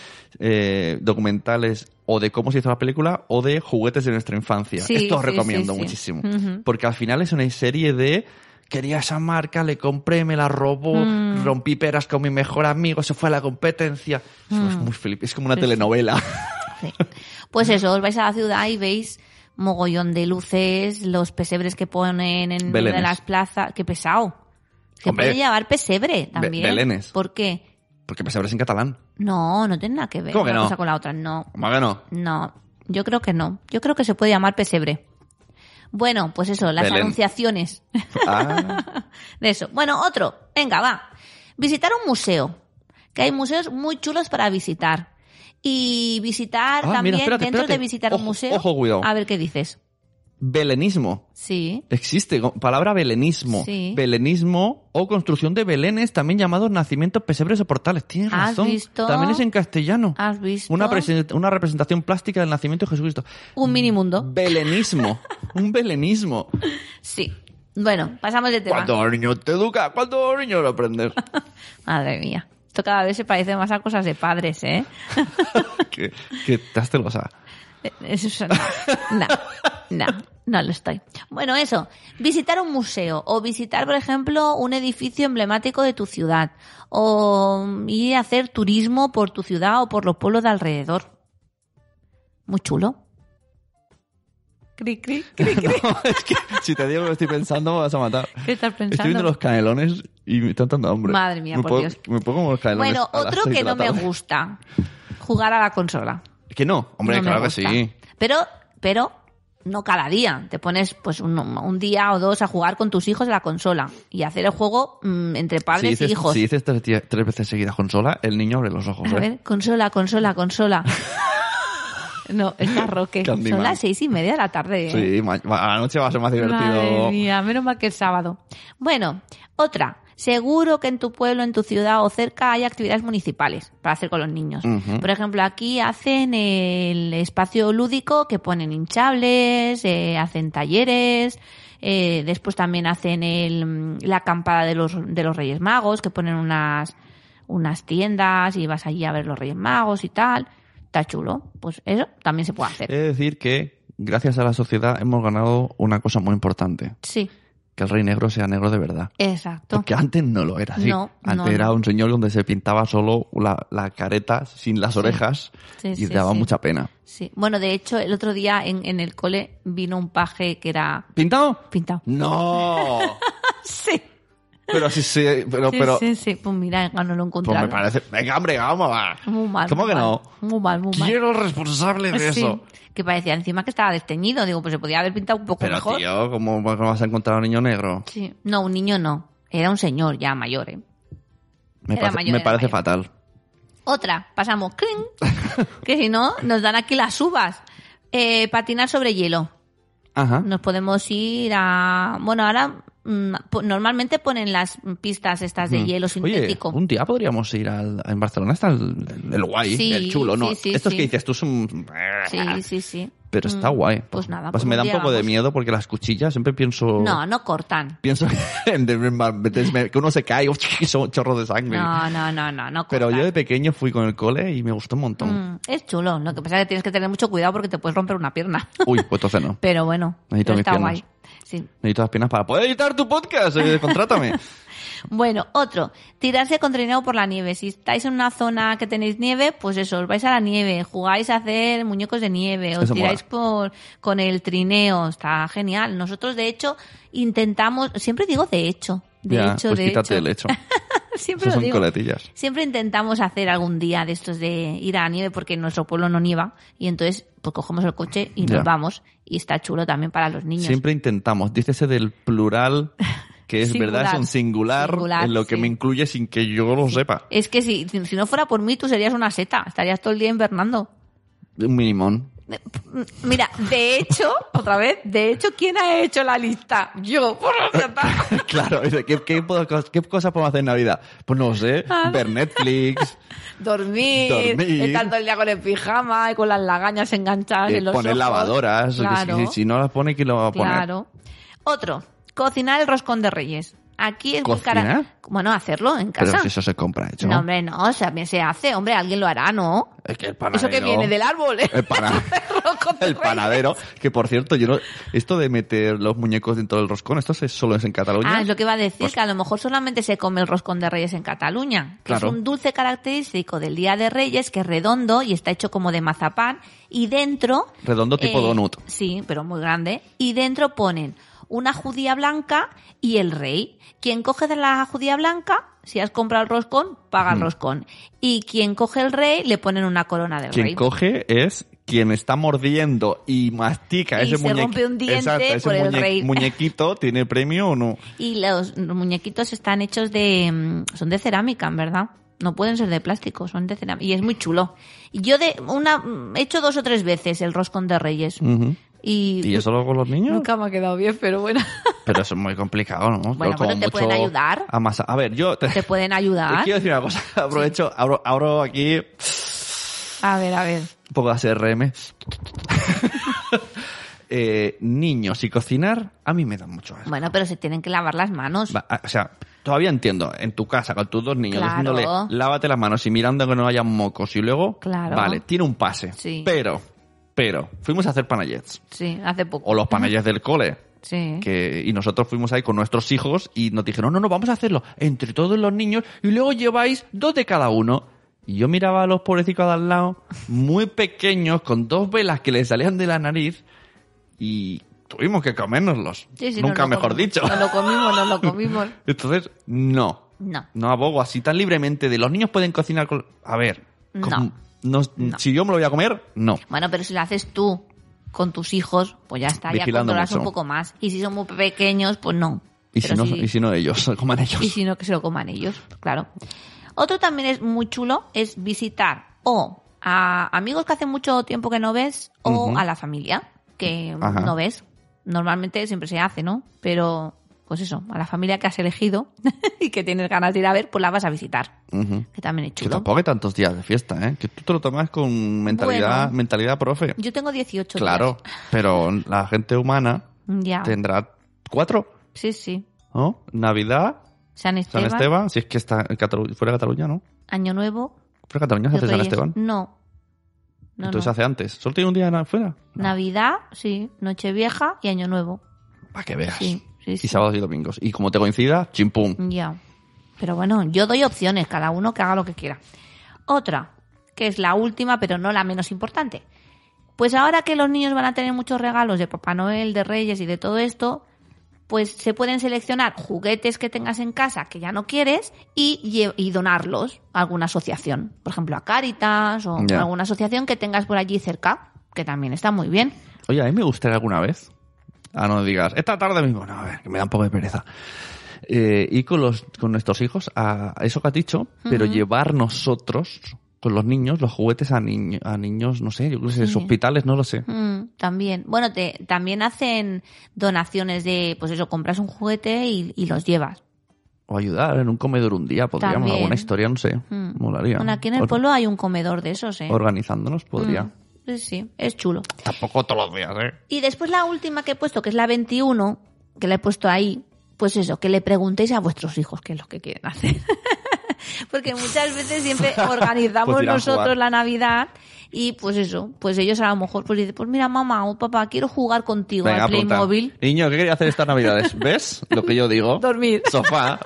eh, documentales o de cómo se hizo la película o de juguetes de nuestra infancia? Sí, Esto os sí, recomiendo sí, sí. muchísimo. Ujú. Porque al final es una serie de. Quería esa marca, le compré, me la robó, Mm. rompí peras con mi mejor amigo, se fue a la competencia. Eso Mm. Es muy flip, es como una telenovela. Sí. Pues eso, os vais a la ciudad y veis mogollón de luces, los pesebres que ponen en una de Belenes. las plazas. ¡Qué pesado! Se Hombre. puede llevar pesebre también. belenes. ¿Por qué? Porque me sabrás en catalán. No, no tiene nada que ver ¿Cómo que una no? cosa con la otra. No, ¿Cómo que no? no. Yo creo que no. Yo creo que se puede llamar pesebre. Bueno, pues eso, las Belén. anunciaciones Ah, de eso. Bueno, otro. Venga, va. Visitar un museo. Que hay museos muy chulos para visitar. Y visitar Ah, mira, también, espérate, dentro de espérate. visitar un Ojo, museo. ojo, cuidado. A ver qué dices. belenismo. Sí. Existe co- palabra belenismo. Sí. Belenismo o construcción de belenes, también llamados nacimientos pesebres o portales. Tienes ¿Has razón. visto? También es en castellano. ¿Has visto? Una, presen- una representación plástica del nacimiento de Jesucristo. Un mini Mm. mundo. Belenismo. Un belenismo. Sí. Bueno, pasamos de tema. ¿Cuántos niños te educa? ¿Cuántos niños lo aprendes? Madre mía. Esto cada vez se parece más a cosas de padres, ¿eh? que, que te has celosa. Eh, Eso es- no, no, no, no lo estoy. Bueno, eso, visitar un museo o visitar, por ejemplo, un edificio emblemático de tu ciudad o mm, ir a hacer turismo por tu ciudad o por los pueblos de alrededor. Muy chulo. Cri, cri, cri. No, es que si te digo lo que estoy pensando me vas a matar. ¿Qué estás Estoy pensando? viendo los canelones y me están dando hambre. Madre mía, me por puedo, Dios. Me pongo como los canelones. Bueno, a las otro seis que de la no me tarde. gusta. Jugar a la consola. Que no, hombre, No me claro que gusta. sí. Pero, pero no cada día. Te pones pues un, un día o dos a jugar con tus hijos a la consola y hacer el juego mm, entre padres Si dices, y hijos. si dices tres, tie- tres veces seguidas consola, el niño abre los ojos. a ¿eh? ver, consola, consola, consola. no, está Roque. Candyman. Son las seis y media de la tarde. ¿eh? Sí, ma- ma- la noche va a ser más divertido. Madre mía, menos mal que el sábado. Bueno, otra. Seguro que en tu pueblo, en tu ciudad o cerca hay actividades municipales para hacer con los niños. Ujú. Por ejemplo, aquí hacen el espacio lúdico que ponen hinchables, eh, hacen talleres, eh, después también hacen el, mm, la acampada de los, de los Reyes Magos que ponen unas, unas tiendas y vas allí a ver los Reyes Magos y tal. Está chulo. Pues eso también se puede Es hacer. decir que gracias a la sociedad hemos ganado una cosa muy importante, Sí, que el rey negro sea negro de verdad. exacto. Porque antes no lo era así. No, no, antes era no. un señor donde se pintaba solo la, la careta sin las orejas Sí, y sí, daba sí. mucha pena. Sí. Bueno, de hecho, el otro día en, en el cole vino un paje que era ¿Pintado? pintado. ¡No! Sí. pero sí, sí, pero, Sí, pero sí, sí. Pues mira, no lo pues me encontraron. parece. Venga, hombre, vamos va. Muy mal. ¿Cómo muy que mal. no? Muy mal, muy mal. ¿Quién era el responsable de Sí, eso? Que parecía encima que estaba desteñido. Digo, pues se podía haber pintado un poco Pero mejor. tío, ¿cómo, cómo vas a encontrar a un niño negro? Sí. No, un niño no. Era un señor ya mayor, ¿eh? Me Era parece, mayor, me era parece mayor. fatal. Otra, pasamos. ¡Cling! que si no, nos dan aquí las uvas. Eh, patinar sobre hielo. Ajá. Nos podemos ir a... Bueno, ahora mm, po- normalmente ponen las pistas estas de Mm. hielo sintético. Oye, un día podríamos ir al, en Barcelona está el, el- el guay, Sí, el chulo, ¿no? sí, sí, Estos sí. que dices tú son... Sí, sí, sí. Pero está Mm, guay. Pues nada. Pues pues me un da un día poco de vamos. miedo porque las cuchillas siempre pienso... No, no cortan. Pienso en de- que uno se cae y son chorros de sangre. No, no, no, no, no Pero cortan. yo de pequeño fui con el cole y me gustó un montón. Mm, es chulo. Lo que pasa es que tienes que tener mucho cuidado porque te puedes romper una pierna. Uy, pues entonces no. Pero bueno, Necesito pero mis está piernas. guay. Sí. Necesito las piernas para poder editar tu podcast. eh, contrátame. Bueno, otro. Tirarse con trineo por la nieve. Si estáis en una zona que tenéis nieve, pues eso, os vais a la nieve, jugáis a hacer muñecos de nieve, os Eso tiráis por, con el trineo. Está genial. Nosotros, de hecho, intentamos... Siempre digo de hecho. De Ya, hecho, pues de quítate hecho. el hecho. Siempre Esas lo son digo. coletillas. Siempre intentamos hacer algún día de estos de ir a la nieve porque en nuestro pueblo no nieva y entonces pues cogemos el coche y nos Ya. vamos y está chulo también para los niños. Siempre intentamos. Dícese del plural, que es Singular. verdad, es un singular, Singular, en lo que sí. me incluye sin que yo lo sepa. Es que si, si no fuera por mí tú serías una seta, estarías todo el día invernando. Un minimón. Eh, p- Mira, de hecho, otra vez, de hecho, ¿quién ha hecho la lista? Yo, por lo que tal. Claro, dice, ¿qué, qué, puedo- qué cosas podemos hacer en Navidad? Pues no sé, Ah. ver Netflix, Dormir, Dormir. estar todo el día con el pijama y con las lagañas enganchadas eh, en los poner ojos. lavadoras, que si- Claro. si, si no las pone, ¿quién lo va a poner? Claro. Otro, cocinar el roscón de reyes. Aquí es muy ¿Cocinar? cara- Bueno, hacerlo en Pero casa. si eso se compra hecho. No, hombre, no, o sea, bien se hace, hombre, alguien lo hará, ¿no? Es que el Eso panadero. que viene del árbol, ¿eh? El, pana- El roscón de Ah, el reyes. panadero. Que por cierto, yo no- esto de meter los muñecos dentro del roscón, esto se- solo es en Cataluña. Ah, es lo que iba a decir, Pues- que a lo mejor solamente se come el roscón de reyes en Cataluña. que Claro. Es un dulce característico del Día de Reyes que es redondo y está hecho como de mazapán y dentro... Redondo Eh, tipo donut. Sí, pero muy grande. Y dentro ponen una judía blanca y el rey. Quien coge de la judía blanca, si has comprado el roscón, paga el roscón. Y quien coge el rey, le ponen una corona del Quien rey. coge es quien está mordiendo y mastica Y ese, se muñequi- rompe un diente Exacto, ese por el muñe- reír. muñequito tiene premio o no. Y los, los muñequitos están hechos de... mm, son de cerámica, en verdad. No pueden ser de plástico, son de cerámica. Y es muy chulo. Y Yo de una mm, he hecho dos o tres veces el roscón de reyes. Ujú. Y, ¿Y eso lo hago los niños? nunca me ha quedado bien, pero bueno. Pero eso es muy complicado, ¿no? Bueno, Como bueno, te pueden mucho ayudar. amasa- A ver, yo te, ¿Te pueden te ayudar? quiero decir una cosa. Aprovecho, abro, abro aquí A ver, a ver. un poco de ASRM. eh, niños y cocinar, a mí me dan mucho asco. Bueno, pero se tienen que lavar las manos. Va, a- O sea, todavía entiendo, en tu casa con tus dos niños, Claro. diciéndole, lávate las manos y mirando que no haya mocos y luego, Claro. vale, tiene un pase. Sí. Pero, pero, fuimos a hacer panayets. Sí, hace poco. O los panayets del cole. Sí. Que, y nosotros fuimos ahí con nuestros hijos y nos dijeron, no, no, vamos a hacerlo entre todos los niños y luego lleváis dos de cada uno. Y yo miraba a los pobrecitos de al lado, muy pequeños, con dos velas que les salían de la nariz y tuvimos que comérnoslos. Sí, sí, Nunca nos lo mejor comi- dicho. Nos lo comimos, nos lo comimos. Entonces, no. No. No abogo así tan libremente de los niños pueden cocinar con... A ver. con- No. nos- Si yo me lo voy a comer, no. Bueno, pero si lo haces tú con tus hijos, pues ya está, ya Vigilando controlas mucho. un poco más. Y si son muy pequeños, pues no. Y si Pero no, sí- y si no ellos, coman ellos. y si no, que se lo coman ellos, claro. Otro también es muy chulo, es visitar o a amigos que hace mucho tiempo que no ves o Ujú. a la familia que Ajá. no ves. Normalmente siempre se hace, ¿no? Pero, pues eso, a la familia que has elegido y que tienes ganas de ir a ver, pues la vas a visitar. Ujú. Que también es Que chulo. tampoco hay tantos días de fiesta, ¿eh? Que tú te lo tomas con mentalidad, Bueno. mentalidad profe. Yo tengo 18 Claro, pero la gente humana días. Ya. tendrá cuatro, Sí, sí. ¿no? Navidad, San San Esteban, Esteban, si es que está en Catalu- fuera de Cataluña, ¿no? Año Nuevo. Fuera de Cataluña y se hace San Reyes. Esteban. No. No, Entonces no. hace antes. ¿Solo tiene un día na- fuera? No, Navidad, sí. Nochevieja y Año Nuevo. Para que veas. Sí, sí, sí. Mm. Y sábados y domingos. Y como te coincida, chimpum. Ya. Pero bueno, yo doy opciones, cada uno que haga lo que quiera. Otra, que es la última, pero no la menos importante. Pues ahora que los niños van a tener muchos regalos de Papá Noel, de Reyes y de todo esto, pues se pueden seleccionar juguetes que tengas en casa que ya no quieres y, lle- y donarlos a alguna asociación. Por ejemplo, a Caritas o Ya. alguna asociación que tengas por allí cerca, que también está muy bien. Oye, a mí me gustaría alguna vez. Ah, no digas, esta tarde mismo. No, a ver, que me da un poco de pereza. Eh, ir con, los, con nuestros hijos a eso que has dicho, pero llevar nosotros, con los niños, los juguetes a, niño- a niños, no sé, yo creo que es Sí. hospitales, no lo sé. Mm, también. Bueno, te, también hacen donaciones de, pues eso, compras un juguete y, y los llevas. O ayudar en un comedor un día, podríamos, También. alguna historia, no sé. Mm. Molaría. Bueno, aquí en el Or- pueblo hay un comedor de esos, ¿eh? Organizándonos podría. Mm, sí, sí, es chulo. Tampoco todos los días, ¿eh? Y después la última que he puesto, que es la 21, que la he puesto ahí, pues eso, que le preguntéis a vuestros hijos qué es lo que quieren hacer. Porque muchas veces siempre organizamos Pues irán a nosotros jugar. la Navidad y pues eso, pues ellos a lo mejor pues dicen, pues mira mamá o papá, quiero jugar contigo Venga, al pregunta. Playmobil. Niño, ¿qué quería hacer estas navidades? ¿Ves lo que yo digo? Dormir. Sofá.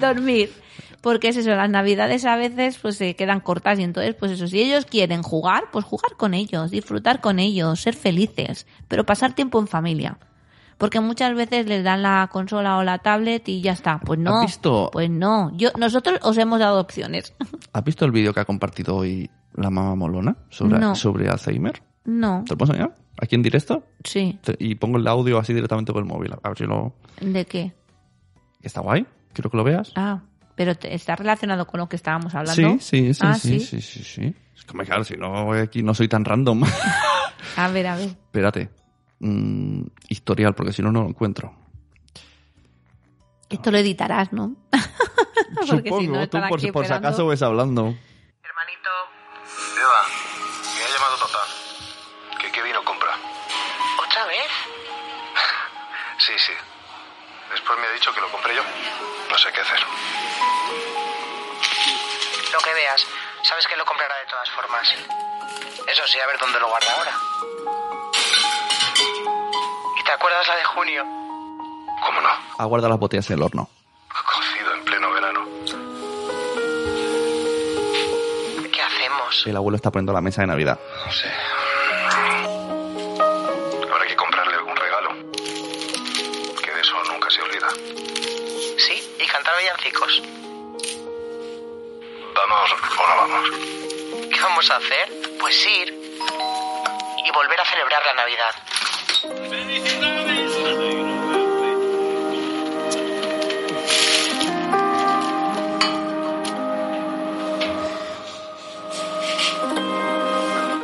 dormir. Porque es eso, las navidades a veces pues se quedan cortas y entonces pues eso, si ellos quieren jugar, pues jugar con ellos, disfrutar con ellos, ser felices, pero pasar tiempo en familia. Porque muchas veces les dan la consola o la tablet y ya está. Pues no. ¿Has visto? Pues no. Yo, nosotros os hemos dado opciones. ¿Has visto el vídeo que ha compartido hoy la mamá molona sobre, No. sobre Alzheimer? No. ¿Te lo puedo enseñar? Aquí en directo. Sí. Te- Y pongo el audio así directamente por el móvil. A ver si lo... ¿De qué? Está guay. Quiero que lo veas. Ah, pero te- está relacionado con lo que estábamos hablando. sí, sí, sí, Ah, sí, sí, sí, sí. Es como, claro, si no, eh, aquí no soy tan random. A ver, a ver. Espérate. Mm, historial, porque si no, no lo encuentro. Esto lo editarás, ¿no? Ah, Porque si no, tú están por, aquí por si esperando. acaso ves hablando. Hermanito. Eva, me ha llamado papá. Que qué vino compra. ¿Otra vez? Sí, sí. Después me ha dicho que lo compré yo. No sé qué hacer. Lo que veas, sabes que lo comprará de todas formas. Eso sí, a ver dónde lo guarda ahora. ¿Y te acuerdas la de junio? ¿Cómo no? Ha guardado las botellas en el horno. Cocido en pleno verano. ¿Qué hacemos? El abuelo está poniendo la mesa de Navidad. No sé. Habrá que comprarle algún regalo. Que de eso nunca se olvida. Sí, y cantar villancicos. ¿Vamos o no vamos? ¿Qué vamos a hacer? Pues ir. y volver a celebrar la Navidad.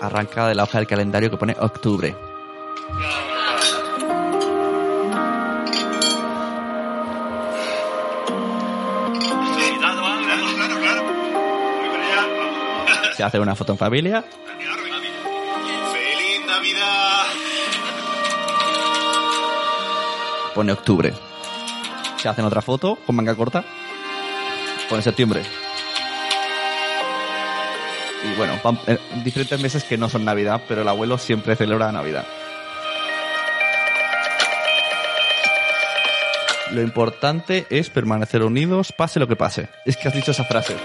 Arranca de la hoja del calendario que pone octubre. Se hace una foto en familia. ¡Feliz Navidad! Pone octubre. Se hacen otra foto con manga corta. Pone septiembre. Y bueno, van- eh, diferentes meses que no son Navidad, pero el abuelo siempre celebra Navidad. Lo importante es permanecer unidos, pase lo que pase. Es que has dicho esa frase.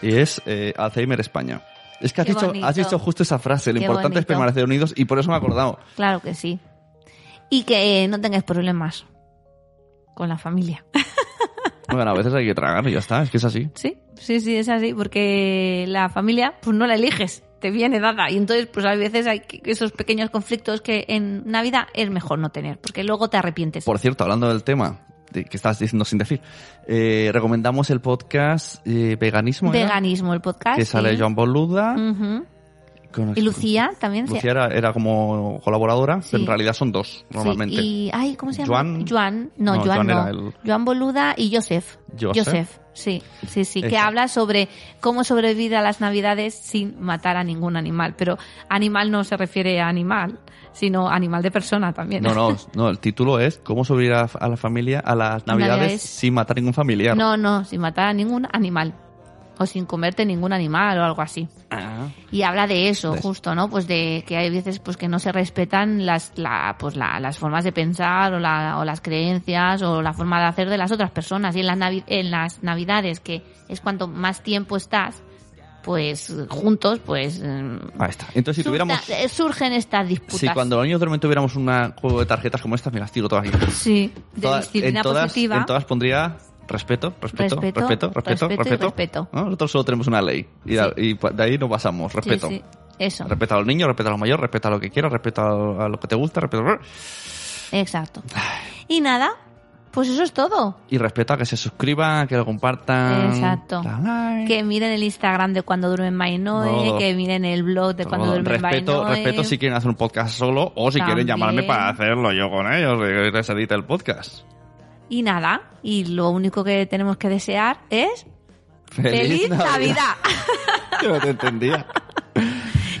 Y es eh, Alzheimer España. Es que has Qué dicho, bonito. has dicho justo esa frase. Lo Qué importante es bonito. permanecer unidos y por eso me he acordado. Claro que sí. Y que eh, no tengáis problemas con la familia. Bueno, a veces hay que tragar y ya está, es que es así. Sí, sí, sí, es así, porque la familia, pues no la eliges, te viene dada. Y entonces, pues a veces hay que- esos pequeños conflictos que en Navidad es mejor no tener, porque luego te arrepientes. Por cierto, hablando del tema de- que estabas diciendo sin decir, eh, recomendamos el podcast eh, Veganismo. ¿era? Veganismo, el podcast. Que sí. sale Joan Boluda. Ujú. con- Y Lucía también. se- Lucía era, era como colaboradora, Sí. pero en realidad son dos sí, normalmente. y, ay, ¿cómo se llama? Joan- No, no, Joan, Joan era no. el- Joan Boluda y Joseph. Joseph. sí, sí, sí. Que Exacto. habla sobre cómo sobrevivir a las Navidades sin matar a ningún animal. Pero animal no se refiere a animal, sino animal de persona también. No, no, no, el título es ¿Cómo sobrevivir a, a la familia a las navidades, Navidades. sin matar ningún familiar? No, no, sin matar a ningún animal. O sin comerte ningún animal o algo así. Ah. Y habla de eso, De eso. justo, ¿no? Pues de que hay veces pues que no se respetan las, la, pues la- las formas de pensar o, la- o las creencias o la forma de hacer de las otras personas. Y en las, navi- en las navidades, que es cuanto más tiempo estás, pues juntos, pues... mm, Ahí está. Entonces, si surta- tuviéramos... eh, surgen estas disputas. Si cuando los niños duermen tuviéramos un juego de tarjetas como estas, me las tiro todas aquí. Sí, de Todas- disciplina en todas, positiva. En todas pondría respeto, respeto, Respeto, respeto, respeto, respeto y respeto. respeto. ¿No? Nosotros solo tenemos una ley y, da- y pa- de ahí nos basamos. Sí, Respeto. sí, Eso, Respeta a los niños, respeta a los mayores, respeta a lo que quieras, respeta a a lo que te gusta, respeta exacto. Y nada, pues eso es todo. y respeta que se suscriban, que lo compartan. Exacto. Da like. Que miren el Instagram de cuando duermen Mainoe, Todo. que miren el blog de cuando Todo. duermen respeto, Mainoe. respeto si quieren hacer un podcast solo o si También. quieren llamarme para hacerlo yo con ellos, que les edita el podcast. Y nada, y lo único que tenemos que desear es feliz, Navidad Yo no te entendía.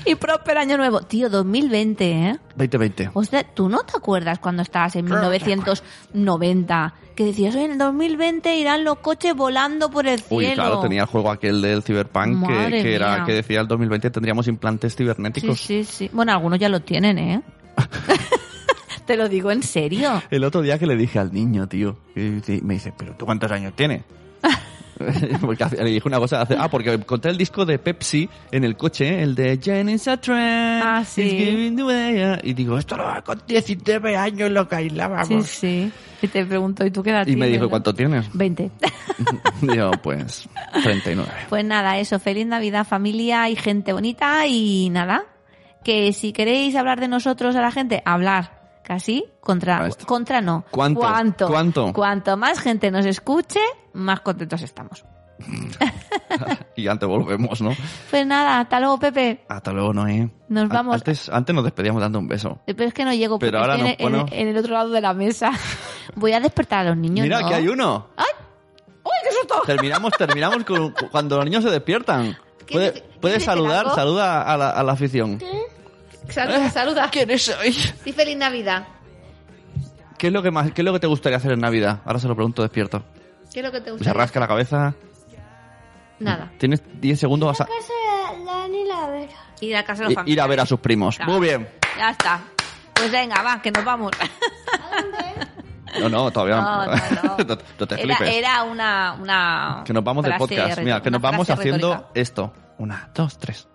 y próspero año nuevo. Tío, 2020, ¿eh? 2020. Hostia, ¿tú no te acuerdas cuando estabas en 1990? Que decías, "Oye, en el 2020 irán los coches volando por el cielo. Uy, claro, tenía el juego aquel del Cyberpunk que, Madre que era mía. que decía el 2020 tendríamos implantes Sí, cibernéticos. sí, sí. Bueno, algunos ya lo tienen, ¿eh? te lo digo en serio. El otro día que le dije al niño, tío, y dice- me dice, pero ¿tú cuántos años tienes? porque hace- le dije una cosa, hace- ah, porque encontré el disco de Pepsi en el coche, ¿eh? el de Jenny's a Trend. Ah, sí. it's giving away". Y digo, esto lo hago con 19 años lo que Sí, bailábamos. sí. Y te pregunto, ¿y tú qué edad y me tienes, dijo, no? ¿cuánto tienes? 20. Digo, pues 39. Pues nada, eso. Feliz Navidad, familia y gente bonita. Y nada, que si queréis hablar de nosotros a la gente, hablar. Casi, contra, Ahí está. contra no. ¿Cuánto? ¿Cuánto? ¿Cuánto? Cuanto más gente nos escuche, más contentos estamos. Y antes volvemos, ¿no? Pues nada, hasta luego, Pepe. Hasta luego, Noé. Nos A- vamos. Antes, antes nos despedíamos dando un beso. Pero es que no llego Pero porque ahora estoy no, en, en- bueno. en el otro lado de la mesa. Voy a despertar a los niños. Mira, ¿no? Ah. que hay uno. ¡Uy, qué susto! Terminamos, terminamos con, cuando los niños se despiertan. ¿Qué- Puede, qué- qué- puede decir saludar, algo? saluda a la, a la afición. Saluda, saluda. ¿Quiénes sois? Y feliz Navidad. ¿Qué es lo que más, qué es lo que te gustaría hacer en Navidad? Ahora se lo pregunto despierto. ¿Qué es lo que te Se rasca la cabeza. Nada. Tienes 10 segundos vas a Ir a casa de los i- ir a ver a sus primos. Claro. Muy bien. familiares. Ya está. Pues venga, va, que nos vamos. No, no, todavía No, no. no, no. te era, flipes. era una, una. que nos vamos del frase podcast. reto- Mira, que una nos vamos frase haciendo retórica. esto. Una, dos, tres.